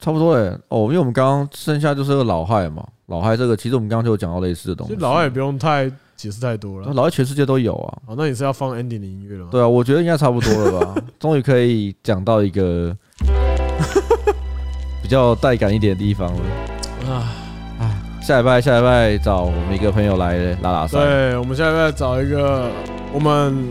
Speaker 2: 差不多哎、哦，因为我们刚刚剩下就是个老害嘛，老亥这个，其实我们刚刚就有讲到类似的东
Speaker 1: 其
Speaker 2: 西。
Speaker 1: 实老外也不用太解释太多了。哦
Speaker 2: 老亥全世界都有啊。
Speaker 1: 好，那你是要放 ending 的音乐了吗？
Speaker 2: 对啊，我觉得应该差不多了 吧。终于可以讲到一个比较带感一点的地方了。
Speaker 1: 啊，
Speaker 2: 下礼拜，下礼拜找我们一个朋友来拉拉赛。
Speaker 1: 对，我们下一拜找一个我们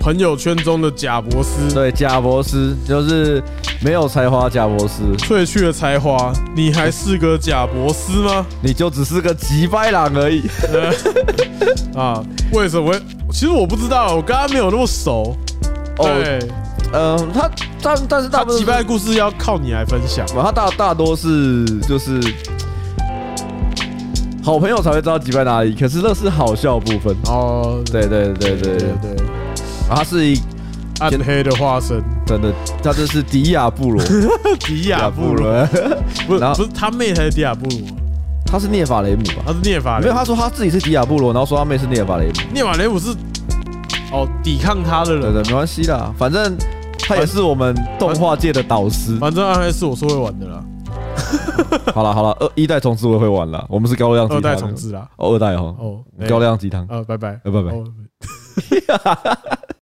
Speaker 1: 朋友圈中的贾博士，
Speaker 2: 对，贾博士就是没有才华，贾博士，
Speaker 1: 褪去了才华，你还是个贾博士吗？
Speaker 2: 你就只是个急掰狼而已。
Speaker 1: 啊，为什么会？其实我不知道，我跟他没有那么熟。
Speaker 2: 哦，
Speaker 1: 对，
Speaker 2: 嗯、他但但是大
Speaker 1: 他
Speaker 2: 部分
Speaker 1: 击败的故事要靠你来分享。
Speaker 2: 他大大多是就是好朋友才会知道击败哪里，可是那是好笑部分。
Speaker 1: 哦，
Speaker 2: 对对对对对，
Speaker 1: 对，
Speaker 2: 他是一
Speaker 1: 暗黑的化身
Speaker 2: 真的，他这是迪亚布 罗，
Speaker 1: 迪
Speaker 2: 迪
Speaker 1: 亚布罗，，不是
Speaker 2: 然后
Speaker 1: 不是他妹才是迪亚布罗，
Speaker 2: 他是涅法雷姆吧？
Speaker 1: 他是涅法
Speaker 2: 没
Speaker 1: 雷
Speaker 2: 有，，他说他自己是迪亚布罗，然后说他妹是涅法雷姆。
Speaker 1: 涅法雷姆是哦抵抗他的
Speaker 2: 对
Speaker 1: 人。
Speaker 2: 对，没关系啦，反正他也是我们动画界的导师。
Speaker 1: 反正暗黑是我是会玩的啦，
Speaker 2: 好了好了，二一代重置我也会玩了，我们是高亮鸡
Speaker 1: 二
Speaker 2: 汤。
Speaker 1: 代重置啦。
Speaker 2: 哦，二代哦，
Speaker 1: 哦，
Speaker 2: 高亮鸡汤。
Speaker 1: 呃，拜拜，
Speaker 2: 呃拜拜
Speaker 1: 哦。